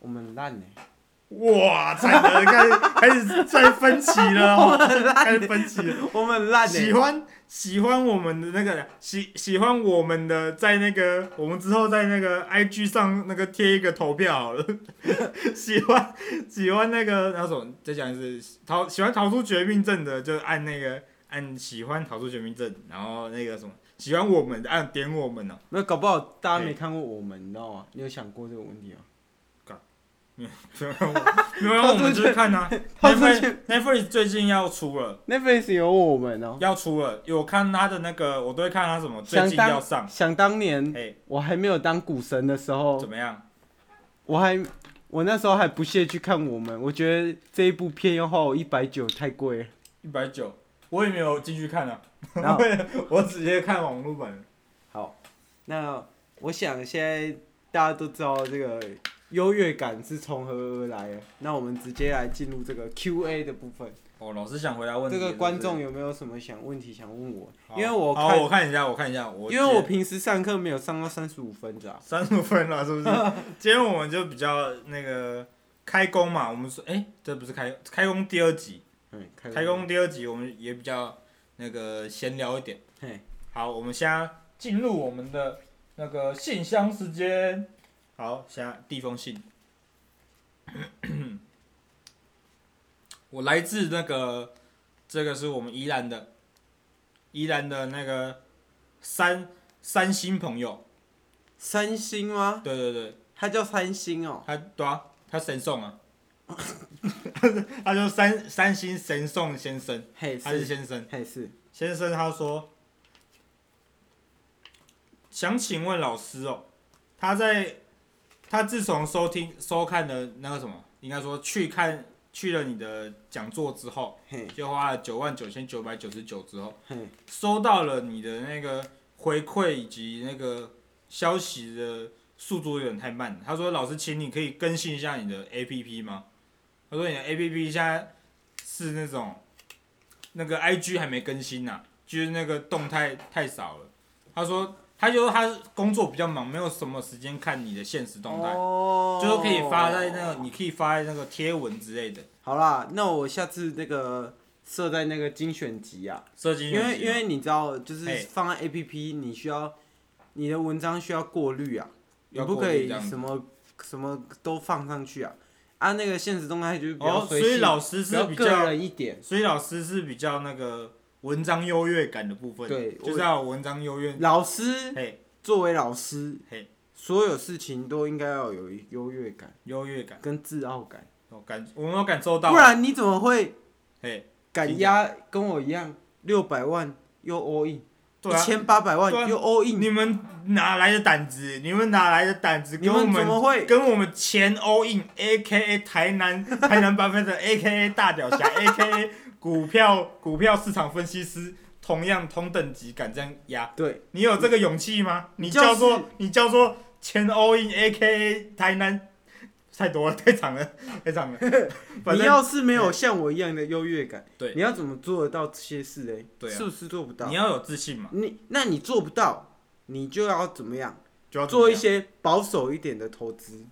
Speaker 2: 我们很烂呢、欸
Speaker 1: 哇，惨的开始开始在分歧 了哦，开始分歧了。
Speaker 2: 我们很烂欸
Speaker 1: 喜欢喜欢我们的那个喜喜欢我们的，在那个我们之后在那个 IG 上那个贴一个投票好了。 喜欢喜欢那个那什么，再讲一次，逃喜欢逃出绝命镇的，就按那个按喜欢逃出绝命镇，然后那个什么喜欢我们的按点我们哦、
Speaker 2: 那搞不好大家没看过我们，你知道吗？你有想过这个问题吗？
Speaker 1: 没有，我们就是看呐、啊。
Speaker 2: 逃出
Speaker 1: Netflix Netflix 最近要出了，
Speaker 2: Netflix 有我们哦、
Speaker 1: 要出了，有看他的那个，我都会看他什么最
Speaker 2: 想
Speaker 1: 近
Speaker 2: 当
Speaker 1: 要上，
Speaker 2: 想当年
Speaker 1: 哎、
Speaker 2: 我还没有当股神的时候
Speaker 1: 怎，么样？
Speaker 2: 我还我那时候还不屑去看我们，我觉得这一部片要花我一百九太 贵了。
Speaker 1: 一百九，我也没有进去看啊，
Speaker 2: 然后
Speaker 1: 我直接看网络版。
Speaker 2: 好，那我想现在大家都知道这个优越感是从何而来的，那我们直接来进入这个 Q&A 的部分。
Speaker 1: 哦，老师想回答问题
Speaker 2: 这
Speaker 1: 是不是。
Speaker 2: 个观众有没有什么想问题想问我？
Speaker 1: 好，
Speaker 2: 因为我
Speaker 1: 好
Speaker 2: 看
Speaker 1: 我看一下，我看一下，我
Speaker 2: 因为我平时上课没有上到三十五分的、啊，
Speaker 1: 三十分了， 是不是？今天我们就比较那个开工嘛，我们说，哎、这不是开开工第二集，
Speaker 2: 嗯，
Speaker 1: 开工第二集我们也比较那个闲聊一点。
Speaker 2: 嘿，
Speaker 1: 好，我们现在进入我们的那个信箱时间。好，现在第一封信，我来自那个，这个是我们宜兰的，宜兰的那个三三星朋友，
Speaker 2: 三星吗？
Speaker 1: 对对对，
Speaker 2: 他叫三星哦、
Speaker 1: 他对啊，他神送啊， 他就三三星神送先生，
Speaker 2: 嘿
Speaker 1: 他是
Speaker 2: 是
Speaker 1: 先生。
Speaker 2: 嘿是，
Speaker 1: 先生他说：“想请问老师哦，他在他自从收听收看了那个什么，应该说去看去了你的讲座之后，
Speaker 2: 嘿
Speaker 1: 就花了九万九千九百九十九之后，
Speaker 2: 嘿
Speaker 1: 收到了你的那个回馈以及那个消息的速度有点太慢了。他说：“老师，请你可以更新一下你的 APP 吗？”他说：“你的 APP 现在是那种那个 IG 还没更新呐、就是那个动态太少了。”他说：“他就说他工作比较忙，没有什么时间看你的现实动态，
Speaker 2: 哦
Speaker 1: 就是可以发在那个，你可以发在那个贴文之类的。”
Speaker 2: 好啦，那我下次那个设在那个精选集啊，
Speaker 1: 设计
Speaker 2: 因为因为你知道，就是
Speaker 1: 嘿
Speaker 2: 放在 A P P，你需要你的文章需要过滤啊，你
Speaker 1: 要
Speaker 2: 不
Speaker 1: 过
Speaker 2: 可
Speaker 1: 滤
Speaker 2: 以
Speaker 1: 这样子
Speaker 2: 什么什么都放上去啊，啊那个现实动态就是比较
Speaker 1: 哦，所
Speaker 2: 随
Speaker 1: 以
Speaker 2: 性，
Speaker 1: 老师
Speaker 2: 比
Speaker 1: 是
Speaker 2: 较
Speaker 1: 比较
Speaker 2: 个人一点，
Speaker 1: 所以老师是比较那个文章优越感的部分，
Speaker 2: 对
Speaker 1: 就
Speaker 2: 我
Speaker 1: 是要有文章优越。
Speaker 2: 老师
Speaker 1: 嘿，
Speaker 2: 作为老师
Speaker 1: 嘿，
Speaker 2: 所有事情都应该要有优越感
Speaker 1: 优越感，
Speaker 2: 跟自傲感，
Speaker 1: 我感我没有感受到。
Speaker 2: 不然你怎么会
Speaker 1: 嘿，
Speaker 2: 敢压跟我一样六百万又 all in，
Speaker 1: 对
Speaker 2: 一
Speaker 1: 啊，
Speaker 2: 千八百万
Speaker 1: 对啊
Speaker 2: 又 all in？
Speaker 1: 你们哪来的胆子？你们哪来的胆子？
Speaker 2: 你
Speaker 1: 跟我
Speaker 2: 们怎么
Speaker 1: 们
Speaker 2: 会？
Speaker 1: 跟我们前 all in A K A 台南台南八分的 A K A 大屌侠 A K A 股票股票市场分析师同样同等级敢这样压？
Speaker 2: 对，
Speaker 1: 你有这个勇气吗？你
Speaker 2: 你
Speaker 1: 叫做、
Speaker 2: 就是
Speaker 1: 你叫做前 all in A K A 台南，太多了， 太长了，太 长了。反
Speaker 2: 你
Speaker 1: 正
Speaker 2: 要是没有像我一样的优越感，
Speaker 1: 对
Speaker 2: 你要怎么做得到这些事嘞？
Speaker 1: 对啊
Speaker 2: 是不是做不到
Speaker 1: 你？要有自信嘛，
Speaker 2: 你那你做不到，你就要怎么样？
Speaker 1: 就要啊
Speaker 2: 做一
Speaker 1: 这样，
Speaker 2: 些保守一点的投资，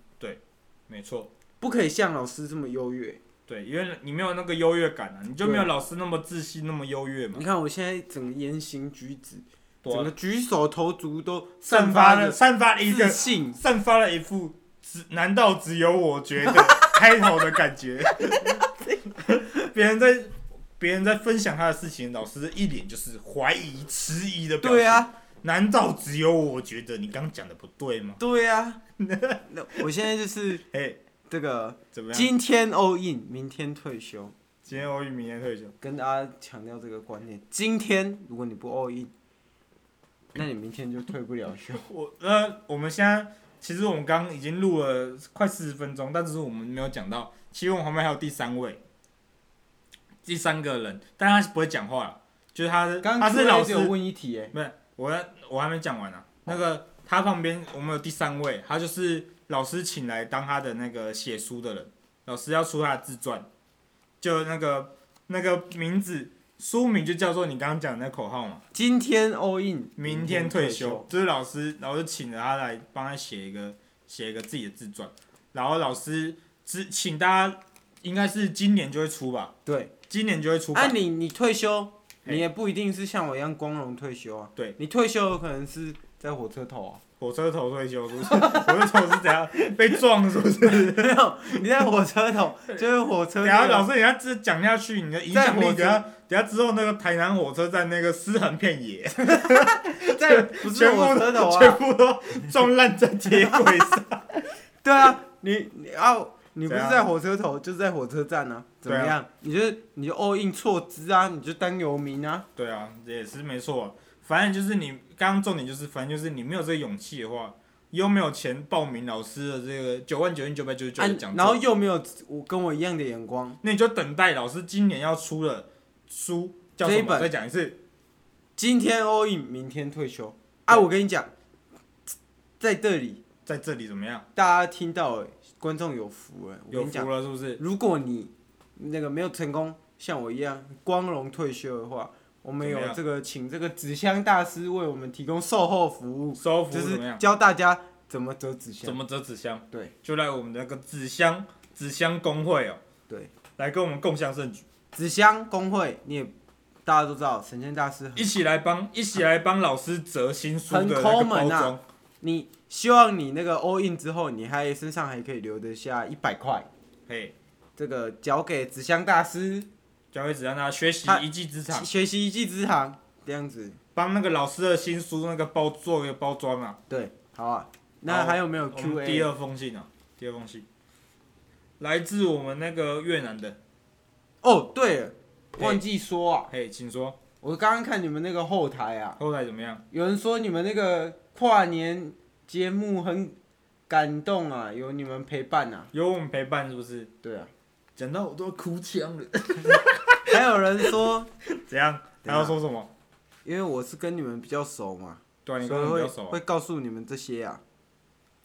Speaker 1: 没错，
Speaker 2: 不可以像老师这么优越。
Speaker 1: 对，因为你没有那个优越感啊，你就
Speaker 2: 对
Speaker 1: 没有老师那么自信，那么优越嘛
Speaker 2: 你。看我现在整个言行举止，
Speaker 1: 嗯对
Speaker 2: 整
Speaker 1: 啊
Speaker 2: 个举手投足都
Speaker 1: 散
Speaker 2: 散
Speaker 1: 发
Speaker 2: 发
Speaker 1: 了
Speaker 2: 着
Speaker 1: 散发了一个
Speaker 2: 自信。
Speaker 1: 散发了一副只难道只有我觉 得开头的感觉，别人在别人在分享他的事情，老师一脸就是怀疑、迟疑的表情。
Speaker 2: 对啊，
Speaker 1: 难道只有我觉得你刚讲的不对 吗？
Speaker 2: 对啊。那我现在就是
Speaker 1: 哎、
Speaker 2: 这个
Speaker 1: 怎么样？
Speaker 2: 今天 all in，明天退休。
Speaker 1: 今天欧运，明天退休。
Speaker 2: 跟大家强调这个观念：今天如果你不 all in，那你明天就退不 了休。
Speaker 1: 我呃，我们现在其实我们刚刚已经录了快四十分钟，但只是我们没有讲到，其实我们旁边还有第三位，第三个人，但他是不会讲话了，就是他是
Speaker 2: 刚
Speaker 1: 他是老师
Speaker 2: 有，问一题耶，
Speaker 1: 没有，我我还没讲完呢、啊那个他旁边我们有第三位，他就是老师请来当他的那个写书的人，老师要出他的自传，就那个那个名字书名就叫做你刚刚讲的那口号嘛，
Speaker 2: 今天 all in，
Speaker 1: 明天退休，，就是老师老师请了他来帮他写一个写一个自己的自传，然后老师只请大家应该是今年就会出吧，
Speaker 2: 对，
Speaker 1: 今年就会出
Speaker 2: 啊
Speaker 1: 版。
Speaker 2: 你你退休，
Speaker 1: 嘿
Speaker 2: 你也不一定是像我一样光荣退休啊。
Speaker 1: 对，
Speaker 2: 你退休有可能是在火车头 啊，
Speaker 1: 火车头退休是不是？火车头是怎样被撞是不是？
Speaker 2: 没有，你在火车头就是火
Speaker 1: 等
Speaker 2: 车头啊
Speaker 1: 一下老师，你要这讲下去，你的影响力，
Speaker 2: 在火
Speaker 1: 等
Speaker 2: 车
Speaker 1: 一下等一下之后那个台南火车站那个尸横遍野，
Speaker 2: 在不是
Speaker 1: 全部
Speaker 2: 火车头
Speaker 1: 都
Speaker 2: 啊，
Speaker 1: 全部都撞烂在铁轨上。
Speaker 2: 对啊，你你啊，你不是
Speaker 1: 怎样
Speaker 2: 在火车头，就是在火车站啊，怎么
Speaker 1: 对啊
Speaker 2: 样？你就你就 all in 错资啊，你就当游民啊，
Speaker 1: 对啊，这也是没错啊、反正就是你刚刚重点就是，反正就是你没有这个勇气的话，又没有钱报名老师的这个九万九千九百九十九
Speaker 2: 啊
Speaker 1: 的讲
Speaker 2: 然后
Speaker 1: 座，
Speaker 2: 又没有我跟我一样的眼光，
Speaker 1: 那你就等待老师今年要出的书叫
Speaker 2: 这
Speaker 1: 什
Speaker 2: 一
Speaker 1: 么？
Speaker 2: 本
Speaker 1: 再讲一次，
Speaker 2: 今天 all in，明天退休啊！我跟你讲，在这里
Speaker 1: 在这里怎么样？
Speaker 2: 大家听到、欸，观众有福了、我
Speaker 1: 有
Speaker 2: 跟你讲
Speaker 1: 福，了是不是？
Speaker 2: 如果你那个没有成功，像我一样光荣退休的话，我们
Speaker 1: 怎么
Speaker 2: 有
Speaker 1: 样
Speaker 2: 这个请这个纸箱大师为我们提供售后服务，
Speaker 1: 收服
Speaker 2: 就
Speaker 1: 怎么
Speaker 2: 是
Speaker 1: 样？
Speaker 2: 教大家怎么折纸
Speaker 1: 怎
Speaker 2: 箱。
Speaker 1: 么折纸箱？
Speaker 2: 对
Speaker 1: 就来我们那个纸箱纸箱工会哦，
Speaker 2: 对，
Speaker 1: 来跟我们共享盛举，
Speaker 2: 纸箱工会你也大家都知道，神仙大师很
Speaker 1: 一起来帮一起来帮老师折新书的
Speaker 2: 很
Speaker 1: 那个包
Speaker 2: common 啊
Speaker 1: 装。
Speaker 2: 你希望你那个 all in 之后，你还身上还可以留得下一百块，
Speaker 1: 嘿，
Speaker 2: 这个交给纸箱大师
Speaker 1: 教会只让大家学习
Speaker 2: 他
Speaker 1: 一技之长。
Speaker 2: 学习一技之长这样子。
Speaker 1: 帮那个老师的新书那个包做一个包装啊。
Speaker 2: 对，好啊。
Speaker 1: 好
Speaker 2: 那还有没有
Speaker 1: 我们第
Speaker 2: Q&A？
Speaker 1: 二封信啊，第二封信，来自我们那个越南的，
Speaker 2: 哦，对了，
Speaker 1: 嘿
Speaker 2: 忘记说啊，
Speaker 1: 嘿，请说，
Speaker 2: 我刚刚看你们那个后台啊，
Speaker 1: 后来怎么样？
Speaker 2: 有人说你们那个跨年节目很感动啊，有你们陪伴啊。
Speaker 1: 有我们陪伴是不是？
Speaker 2: 对啊，
Speaker 1: 讲到我都要哭腔了。
Speaker 2: 还有人说，
Speaker 1: 怎样？他要说什么？
Speaker 2: 因为我是跟你们比较熟嘛，
Speaker 1: 对啊，你跟
Speaker 2: 所以
Speaker 1: 我们比
Speaker 2: 会
Speaker 1: 较熟啊
Speaker 2: 会。告诉你们这些啊。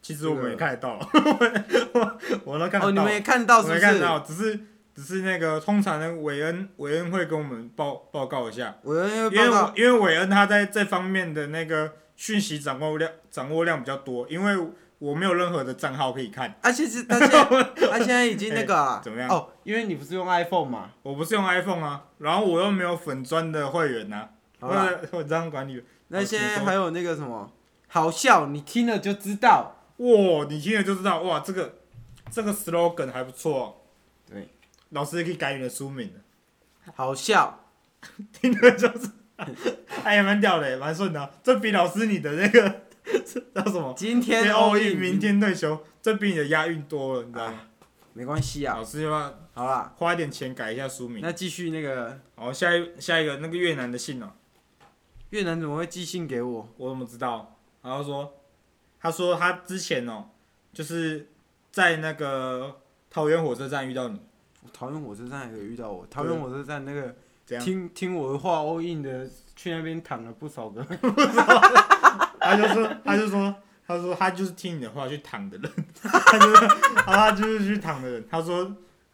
Speaker 1: 其实我们也看得到， 我我都看得到。
Speaker 2: 哦，你们也看到
Speaker 1: 我
Speaker 2: 是
Speaker 1: 没
Speaker 2: 不
Speaker 1: 看
Speaker 2: 是？
Speaker 1: 到，只是只是那个通常的韦恩韦恩会跟我们报报告一下，
Speaker 2: 我因为
Speaker 1: 因为
Speaker 2: 报
Speaker 1: 我
Speaker 2: 告，
Speaker 1: 因为韦恩他在这方面的那个讯息掌握量掌握量比较多，因为我没有任何的账号可以看，
Speaker 2: 啊，其 实他现在他现在已经那个啊
Speaker 1: 怎么样哦
Speaker 2: 哦，因为你不是用 iPhone 嘛？
Speaker 1: 我不是用 iPhone 啊，然后我又没有粉砖的会员啊呐、
Speaker 2: 好
Speaker 1: 或
Speaker 2: 啦，
Speaker 1: 者文章管理员。
Speaker 2: 那现
Speaker 1: 请
Speaker 2: 在
Speaker 1: 说
Speaker 2: 还有那个什么好笑，你听了就知道。
Speaker 1: 哇，你听了就知道，哇，这个这个 slogan 还不错、哦，
Speaker 2: 对，
Speaker 1: 老师也可以改你的书名了，
Speaker 2: 好笑。
Speaker 1: 听了就知道，哎，蛮屌的，蛮顺的啊，这比老师你的那个 这叫什么？
Speaker 2: 今天
Speaker 1: 天
Speaker 2: all
Speaker 1: all
Speaker 2: in，
Speaker 1: in，明天退休，这比你的押韵多了，你知道
Speaker 2: 啊
Speaker 1: 吗？
Speaker 2: 没关系啊。
Speaker 1: 老师要不要
Speaker 2: 好啦，
Speaker 1: 花一点钱改一下书名？
Speaker 2: 那继续那个
Speaker 1: 好，下一下一个那个越南的信哦、
Speaker 2: 越南怎么会寄信给我？
Speaker 1: 我怎么知道？然后说，他说他之前哦、就是在那个桃园火车站遇到你，
Speaker 2: 桃园火车站也有遇到我，桃园火车站那个
Speaker 1: 怎样？
Speaker 2: 听听我的话 all in 的，去那边躺了不少个。
Speaker 1: 他就说，他就说，他说他就是听你的话去躺的人， 他就是，然后他就是去躺的人。他说，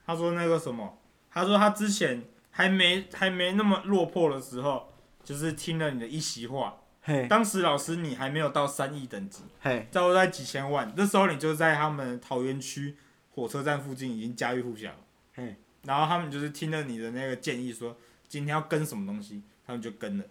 Speaker 1: 他说那个什么，他说他之前还没还没那么落魄的时候，就是听了你的一席话，
Speaker 2: 嘿，
Speaker 1: 当时老师你还没有到三亿等级，
Speaker 2: 嘿，
Speaker 1: 差不多在几千万，那时候你就在他们桃园区火车站附近已经家喻户晓了。
Speaker 2: 嘿，
Speaker 1: 然后他们就是听了你的那个建议说今天要跟什么东西，他们就跟了，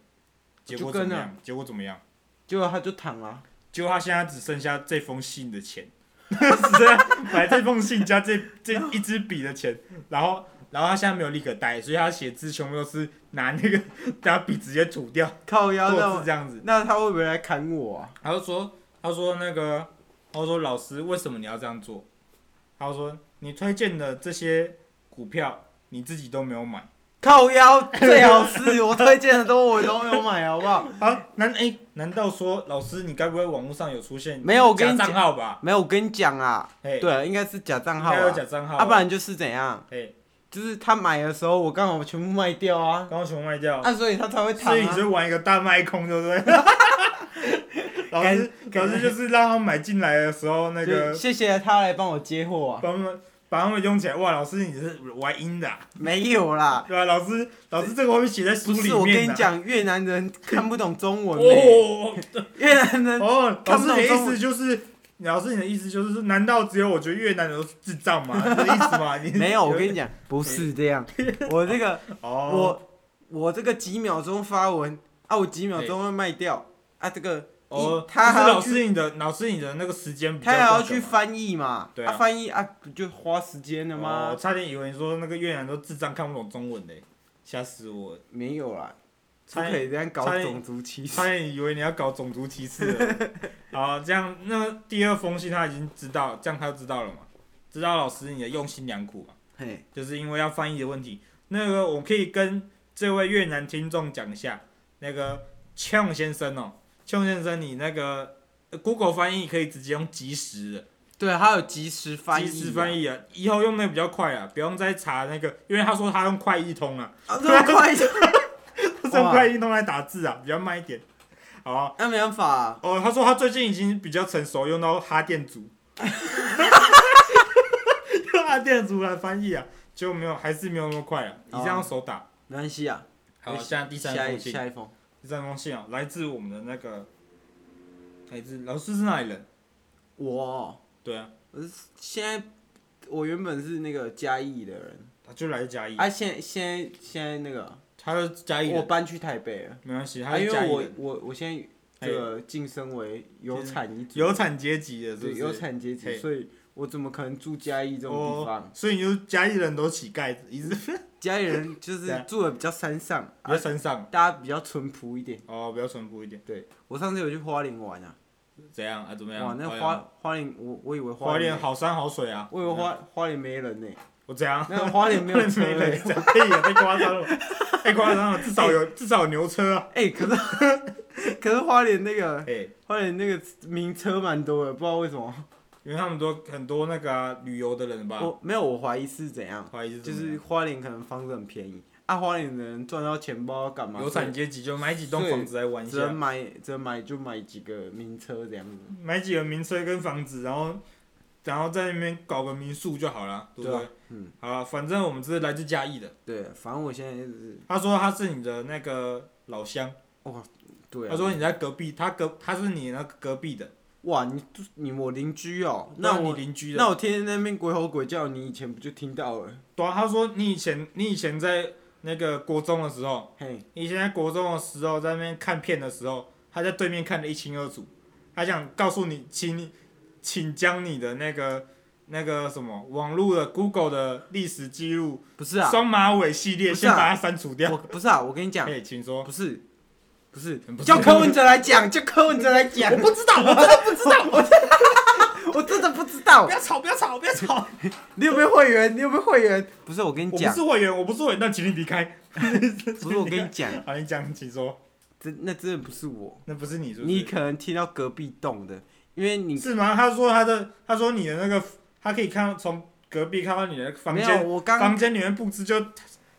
Speaker 1: 结果怎么
Speaker 2: 就跟
Speaker 1: 样？结果怎么样？
Speaker 2: 结果他就躺了。
Speaker 1: 结果他现在只剩下这封信的钱， 只剩下买这封信加这这一支笔的钱，然后然后他现在没有立刻带，所以他写字全部都是拿那个 拿笔直接涂掉，
Speaker 2: 靠腰那
Speaker 1: 做
Speaker 2: 我
Speaker 1: 字这样子。
Speaker 2: 那他会不会来砍我啊？
Speaker 1: 他就说，他说那个，他说老师，为什么你要这样做？他说你推荐的这些股票你自己都没有买
Speaker 2: 靠腰最好是我推荐的都我都没有买，好不好？
Speaker 1: 啊？难哎、难道说老师你该不会网络上有出现
Speaker 2: 没有我跟
Speaker 1: 假
Speaker 2: 你
Speaker 1: 账号吧？
Speaker 2: 没有，我跟你讲啊，
Speaker 1: 哎，
Speaker 2: 对，应该是假账
Speaker 1: 应
Speaker 2: 号
Speaker 1: 该有
Speaker 2: 啊，
Speaker 1: 假账号吧，
Speaker 2: 要不然就是怎样，
Speaker 1: 哎，
Speaker 2: 就是他买的时候我刚好全部卖掉啊，
Speaker 1: 刚刚全部卖掉，
Speaker 2: 啊，所以他才会躺
Speaker 1: 所以你
Speaker 2: 啊。
Speaker 1: 就玩一个大卖空，对不 对？老师，老师就是让他们买进来的时候那
Speaker 2: 就
Speaker 1: 个
Speaker 2: 谢谢他来帮我接货啊，
Speaker 1: 把他们把他们用起来，哇，老师你是玩阴的啊、
Speaker 2: 没有啦，
Speaker 1: 对啊，老师，老师这个会不会写在书
Speaker 2: 不
Speaker 1: 里面、
Speaker 2: 是
Speaker 1: 啊？
Speaker 2: 我跟你讲，越南人看不懂中文、欸，
Speaker 1: 哦
Speaker 2: 越南人
Speaker 1: 哦，
Speaker 2: 看
Speaker 1: 老
Speaker 2: 不
Speaker 1: 师
Speaker 2: 懂
Speaker 1: 的意
Speaker 2: 中文
Speaker 1: 思就是老师，你的意思就是说，难道只有我觉得越南人都是智障 吗？是这个意思吗？ 你
Speaker 2: 没有，我跟你讲，不是 这样。我这个
Speaker 1: 哦，
Speaker 2: 我我这个几秒钟发文啊，我几秒钟会卖掉啊，这个
Speaker 1: 哦
Speaker 2: 一，他还
Speaker 1: 就是
Speaker 2: 要
Speaker 1: 老
Speaker 2: 去
Speaker 1: 师你的老师你的那个时间比较
Speaker 2: 他还要
Speaker 1: 够久
Speaker 2: 去
Speaker 1: 嘛
Speaker 2: 翻译嘛，
Speaker 1: 对
Speaker 2: 啊
Speaker 1: 啊
Speaker 2: 翻译啊不就花时间了
Speaker 1: 哦我
Speaker 2: 吗？
Speaker 1: 差点以为你说那个越南都智障看不懂中文嘞，吓死我了！
Speaker 2: 没有啦，不
Speaker 1: 差
Speaker 2: 可
Speaker 1: 点
Speaker 2: 以这样搞
Speaker 1: 差点
Speaker 2: 种族歧视
Speaker 1: 差。点以为你要搞种族歧视 了。好，这样那第二封信他已经知道，这样他就知道了嘛？知道老师你的用心良苦嘛？
Speaker 2: 嘿，
Speaker 1: 就是因为要翻译的问题。那个我可以跟这位越南听众讲一下，那个呛先生哦，呛先生，你那个呃 Google 翻译可以直接用即时的，
Speaker 2: 对，还有及时翻译，
Speaker 1: 即时翻，译啊，以后用那个比较快啊，不用再查那个，因为他说他用快译通 啊，
Speaker 2: 啊，这么快就，
Speaker 1: 他是用快译通来打字啊，比较慢一点。好啊、
Speaker 2: 那没办法啊，
Speaker 1: 哦，他说他最近已经比较成熟，用到哈电组， 用哈电组来翻译啊，就没有，还是没有那么快啊，一定要手打。
Speaker 2: 没关系啊。
Speaker 1: 好，现在第三
Speaker 2: 下
Speaker 1: 封
Speaker 2: 一
Speaker 1: 信，
Speaker 2: 下一封，
Speaker 1: 第三封信啊，来自我们的那个，来自老师是哪里人？
Speaker 2: 我哦
Speaker 1: 对啊，
Speaker 2: 现在我原本是那个嘉义的人，
Speaker 1: 他就来自嘉义，
Speaker 2: 啊，现在现在现在那个
Speaker 1: 他是嘉义
Speaker 2: 我
Speaker 1: 人，
Speaker 2: 搬去台北了，
Speaker 1: 没关系，他
Speaker 2: 啊，
Speaker 1: 是
Speaker 2: 因
Speaker 1: 嘉
Speaker 2: 为
Speaker 1: 义
Speaker 2: 我
Speaker 1: 人，
Speaker 2: 我我现在这个晋升为有产一族，
Speaker 1: 有产阶级的，是不
Speaker 2: 对
Speaker 1: 是？
Speaker 2: 有产阶级，
Speaker 1: 嘿
Speaker 2: 所以我怎么可能住嘉义这种地方？
Speaker 1: 哦，所以你就是嘉义人都乞丐，一直
Speaker 2: 嘉义人就是
Speaker 1: 对啊
Speaker 2: 住的比较山上，
Speaker 1: 在
Speaker 2: 啊，
Speaker 1: 山上。
Speaker 2: 大家比较淳朴一点。
Speaker 1: 哦，比较淳朴一点，
Speaker 2: 对我上次有去花莲玩啊，
Speaker 1: 怎样啊？怎么样？
Speaker 2: 哇，那
Speaker 1: 花莲
Speaker 2: 花花莲，我我以为
Speaker 1: 花莲
Speaker 2: 莲，
Speaker 1: 好山好水啊！
Speaker 2: 我以为花花莲没人呢，
Speaker 1: 我怎样？
Speaker 2: 那个花莲没有车
Speaker 1: 没
Speaker 2: 欸
Speaker 1: 人，可以啊，太夸张了， 太夸张了，至少有至少有牛车啊！
Speaker 2: 哎，可是可是 花莲那个
Speaker 1: 哎，
Speaker 2: 花莲那个名车蛮多的，不知道为什么，
Speaker 1: 因为他们都很多那个啊旅游的人吧，
Speaker 2: 我没有我怀疑是怎样，
Speaker 1: 怀疑是
Speaker 2: 就
Speaker 1: 怎么样
Speaker 2: 是花莲可能房子很便宜，啊，花莲的人赚到钱不知道干嘛，
Speaker 1: 有产阶级就买几栋
Speaker 2: 对啊
Speaker 1: 房子来玩一
Speaker 2: 只能
Speaker 1: 下，
Speaker 2: 买，只能买就买几个名车这样子。
Speaker 1: 买几个名车跟房子，然后然后在那边搞个民宿就好了，对不
Speaker 2: 对
Speaker 1: 对
Speaker 2: 啊？嗯，
Speaker 1: 好了，反正我们这是来自嘉义的，
Speaker 2: 对，反正我现在就是，
Speaker 1: 他说他是你的那个老乡，
Speaker 2: 对、啊。
Speaker 1: 他说你在隔壁，他隔他是你那个隔壁的，
Speaker 2: 哇，你你我邻居哦、
Speaker 1: 那
Speaker 2: 那
Speaker 1: 你
Speaker 2: 我
Speaker 1: 邻居
Speaker 2: 那
Speaker 1: 的，
Speaker 2: 我天天在那边鬼吼鬼叫，你以前不就听到了？
Speaker 1: 对啊，他说你以前你以前在那个国中的时候，
Speaker 2: 嘿，
Speaker 1: 你以前在国中的时候在那边看片的时候，他在对面看得一清二楚，他想告诉你，请你请将你的那个。那个什么网络的 Google 的历史记录
Speaker 2: 不是啊，
Speaker 1: 双马尾系列，
Speaker 2: 不是
Speaker 1: 先
Speaker 2: 啊
Speaker 1: 把它删除掉
Speaker 2: 我。不是啊，我跟你讲
Speaker 1: 哎、，请说。
Speaker 2: 不是，不是
Speaker 1: 不，是
Speaker 2: 叫柯文哲来讲，叫柯文哲来讲，
Speaker 1: 不 知道，我真的不知道。
Speaker 2: 我真的不知道，
Speaker 1: 要吵，不要吵，不要吵。
Speaker 2: 你有没有会员？你有没有会员？不是，我跟你
Speaker 1: 我不
Speaker 2: 讲，
Speaker 1: 是会员，我不是会员，那请你离开。
Speaker 2: 不是我跟你讲，
Speaker 1: 好，你讲，请说。
Speaker 2: 真那真的不是我，
Speaker 1: 那不是你，是不是？
Speaker 2: 你可能听到隔壁栋的，因为你
Speaker 1: 是吗？他说他的，他说你的那个，他可以看到从隔壁看到你的房
Speaker 2: 没有，
Speaker 1: 间，
Speaker 2: 我刚
Speaker 1: 房间里面布置就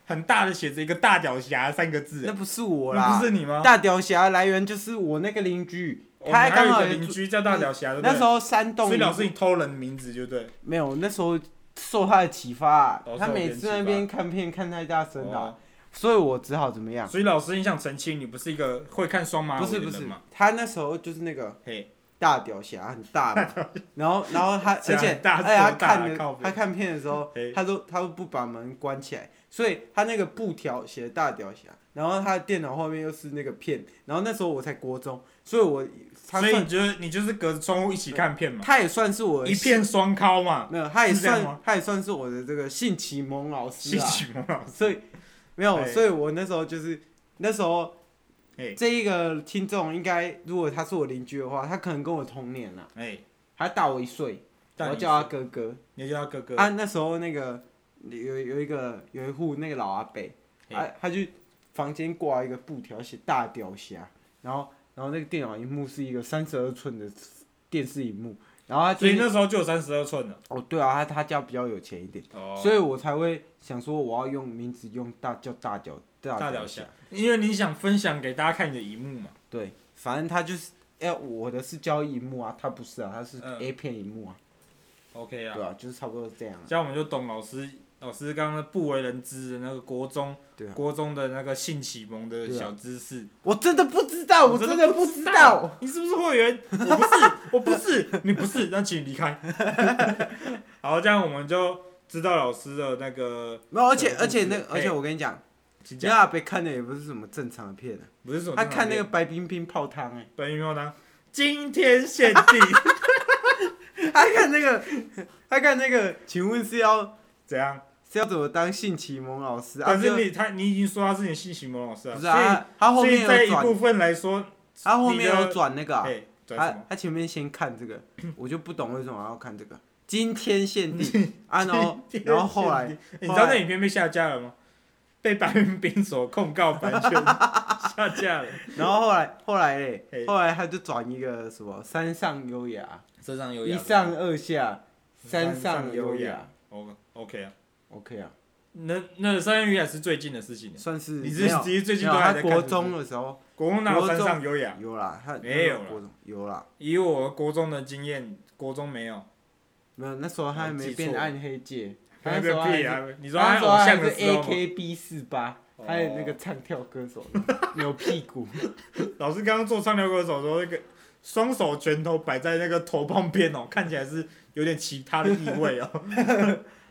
Speaker 1: 很大的写着一个“大屌侠”三个字。
Speaker 2: 那不是哦我
Speaker 1: 那
Speaker 2: 啦
Speaker 1: 不，是你吗？
Speaker 2: 大屌侠来源就是我那个邻居，
Speaker 1: 我们
Speaker 2: 他
Speaker 1: 还有
Speaker 2: 刚
Speaker 1: 一
Speaker 2: 好嗯
Speaker 1: 个邻居叫大屌侠，对不
Speaker 2: 那时
Speaker 1: 对？
Speaker 2: 候山洞
Speaker 1: 所以老师，你偷人名字就对。
Speaker 2: 没有那时候受他的启发、啊
Speaker 1: 哦
Speaker 2: 他
Speaker 1: 受别
Speaker 2: 每
Speaker 1: 人
Speaker 2: 次那
Speaker 1: 启发
Speaker 2: 边看片看太大声了、啊
Speaker 1: 哦
Speaker 2: 所以我只好怎么样？
Speaker 1: 所以老师，你想澄清，你不是一个会看双马
Speaker 2: 不
Speaker 1: 尾
Speaker 2: 是
Speaker 1: 的
Speaker 2: 不
Speaker 1: 人
Speaker 2: 是
Speaker 1: 吗？，
Speaker 2: 他那时候就是那个
Speaker 1: 嘿，
Speaker 2: 大屌侠很 大嘛，然后然后他而
Speaker 1: 侠
Speaker 2: 且
Speaker 1: 很大
Speaker 2: 而且他
Speaker 1: 多大啊
Speaker 2: 看的
Speaker 1: 靠北
Speaker 2: 他看片的时候
Speaker 1: 嘿，
Speaker 2: 他都他都不把门关起来，所以他那个布条写大屌侠，然后他的电脑后面又是那个片，然后那时候我才国中，所以我他
Speaker 1: 所以
Speaker 2: 算
Speaker 1: 你就是你就是隔着窗户一起看片嘛，
Speaker 2: 他也算是我的
Speaker 1: 一片双敲嘛，
Speaker 2: 没有，他也
Speaker 1: 是这样
Speaker 2: 算
Speaker 1: 吗
Speaker 2: 他也算是我的这个性启蒙老师
Speaker 1: 吸
Speaker 2: 啊，
Speaker 1: 取嘛。
Speaker 2: 所以没有，
Speaker 1: 哎
Speaker 2: 所以我那时候就是那时候
Speaker 1: 哎
Speaker 2: 这一个听众应该，如果他是我邻居的话，他可能跟我同年啦，
Speaker 1: 哎，
Speaker 2: 他大我一岁，我
Speaker 1: 大
Speaker 2: 要
Speaker 1: 你
Speaker 2: 叫他哥哥。
Speaker 1: 你就叫他哥哥，
Speaker 2: 啊，那时候那个有有一个有一户那个老阿伯，
Speaker 1: 哎
Speaker 2: 啊，他去房间挂一个布条写大屌侠，然后然后那个电脑荧幕是一个三十二寸的电视荧幕，然后他就
Speaker 1: 所以
Speaker 2: 是
Speaker 1: 那时候就有三十二寸了。
Speaker 2: 哦对啊，他他家比较有钱一点。
Speaker 1: 哦，
Speaker 2: 所以我才会想说我要用名字用大叫大脚大
Speaker 1: 大
Speaker 2: 脚
Speaker 1: 屌侠，因为你想分享给大家看你的一幕嘛。
Speaker 2: 对，反正他就是哎、我的是交易幕啊，他不是啊，他是
Speaker 1: 嗯
Speaker 2: A 片荧幕啊，
Speaker 1: OK 啊，
Speaker 2: 对啊，就是差不多是这样啊。
Speaker 1: 这样我们就懂老师老师刚刚不为人知的那个国中，
Speaker 2: 对啊
Speaker 1: 国中的那个性启蒙的
Speaker 2: 对啊
Speaker 1: 小知识，
Speaker 2: 我真的不知啊道，我真的不知道。
Speaker 1: 你是不是会员？我不是，我不是，你不是，那请你离开。 好，这样我们就知道老师的那个，
Speaker 2: 没有，而且而且那
Speaker 1: 嘿
Speaker 2: 而且我跟你讲，
Speaker 1: 请嗯
Speaker 2: 杰
Speaker 1: 哎讲，
Speaker 2: 拉被看的也不是什么正常的片啊，
Speaker 1: 不是什么
Speaker 2: 他
Speaker 1: 正常
Speaker 2: 看那个
Speaker 1: 片
Speaker 2: 白冰冰泡汤哎，
Speaker 1: 本鱼猫汤，今天限 定
Speaker 2: 他看那个他看那个，请问是要
Speaker 1: 怎样？
Speaker 2: 是要怎么当性启蒙老师啊？
Speaker 1: 但是
Speaker 2: 就
Speaker 1: 你他你已经说他是你的性启蒙老师啊，
Speaker 2: 不是
Speaker 1: 所
Speaker 2: 啊
Speaker 1: 以，
Speaker 2: 他后
Speaker 1: 所以
Speaker 2: 面
Speaker 1: 在
Speaker 2: 有
Speaker 1: 一
Speaker 2: 转，
Speaker 1: 部分来说，
Speaker 2: 他后面
Speaker 1: 你
Speaker 2: 有
Speaker 1: 的
Speaker 2: 转那个啊，
Speaker 1: 哎，转
Speaker 2: 他
Speaker 1: 什么？
Speaker 2: 他前面先看这个， 我就不懂为什么要看这个，今天限定啊，然后然后后来
Speaker 1: 哎你知道那影片被下架了吗？被白云冰所控告版权 下架了，
Speaker 2: 然后后来后来嘞
Speaker 1: 嘿，
Speaker 2: 后来他就转一个什么山上优雅，
Speaker 1: 身上有
Speaker 2: 一上二下，
Speaker 1: 嗯
Speaker 2: 山上优
Speaker 1: 山上优
Speaker 2: 雅
Speaker 1: 雅，O OK 啊，
Speaker 2: ，OK 啊，
Speaker 1: 那那山上优雅是最近的事情了。
Speaker 2: 算是
Speaker 1: 你
Speaker 2: 嗯没
Speaker 1: 是
Speaker 2: 有
Speaker 1: 其实最近
Speaker 2: 没
Speaker 1: 都
Speaker 2: 有
Speaker 1: 还
Speaker 2: 他
Speaker 1: 在
Speaker 2: 国
Speaker 1: 看是不
Speaker 2: 中
Speaker 1: 是
Speaker 2: 的时候
Speaker 1: 国中哪有
Speaker 2: 国
Speaker 1: 山
Speaker 2: 中
Speaker 1: 上优雅？
Speaker 2: 有啦，他
Speaker 1: 没有啦
Speaker 2: 国中有啦，
Speaker 1: 以我国中的经验，国中没有。
Speaker 2: 没有那时候他还
Speaker 1: 我
Speaker 2: 没
Speaker 1: 记
Speaker 2: 变
Speaker 1: 错了
Speaker 2: 暗黑界，他
Speaker 1: 那
Speaker 2: 那时
Speaker 1: 个
Speaker 2: 候
Speaker 1: 屁
Speaker 2: 还
Speaker 1: 啊！你
Speaker 2: 你
Speaker 1: 说他偶像的
Speaker 2: 是
Speaker 1: 时候吗，哦
Speaker 2: AKB 四八，还有那个唱跳歌手扭屁 股，
Speaker 1: 老师刚刚做唱跳歌手的时候，那个双手拳头摆在那个头旁边哦，看起来是有点其他的意味哦。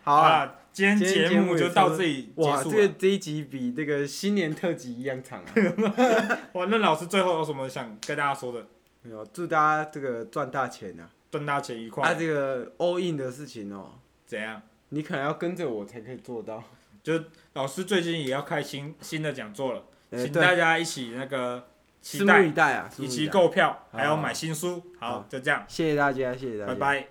Speaker 2: 好啊。
Speaker 1: 啦，今天
Speaker 2: 今天
Speaker 1: 节
Speaker 2: 节目
Speaker 1: 目
Speaker 2: 也
Speaker 1: 就
Speaker 2: 差
Speaker 1: 到
Speaker 2: 不多
Speaker 1: 这里结
Speaker 2: 哇，
Speaker 1: 束
Speaker 2: 这
Speaker 1: 了
Speaker 2: 个。这一集比这个新年特辑一样长啊！
Speaker 1: 哇，那老师最后有什么想跟大家说的？
Speaker 2: 没有，祝大家这个赚大钱啊！
Speaker 1: 赚大钱愉
Speaker 2: 啊，
Speaker 1: 快，
Speaker 2: 这个 all in 的事情哦，
Speaker 1: 怎样？
Speaker 2: 你可能要跟着我才可以做到。
Speaker 1: 老师最近也要开新新的讲座了，
Speaker 2: 呃，
Speaker 1: 请
Speaker 2: 对，
Speaker 1: 大家一起那个期
Speaker 2: 拭目
Speaker 1: 待，
Speaker 2: 以待啊，拭目
Speaker 1: 以及
Speaker 2: 待。
Speaker 1: 购票，还有
Speaker 2: 好
Speaker 1: 买新书。好
Speaker 2: 好，
Speaker 1: 就这样，
Speaker 2: 谢谢大家，谢谢大家，
Speaker 1: 拜拜。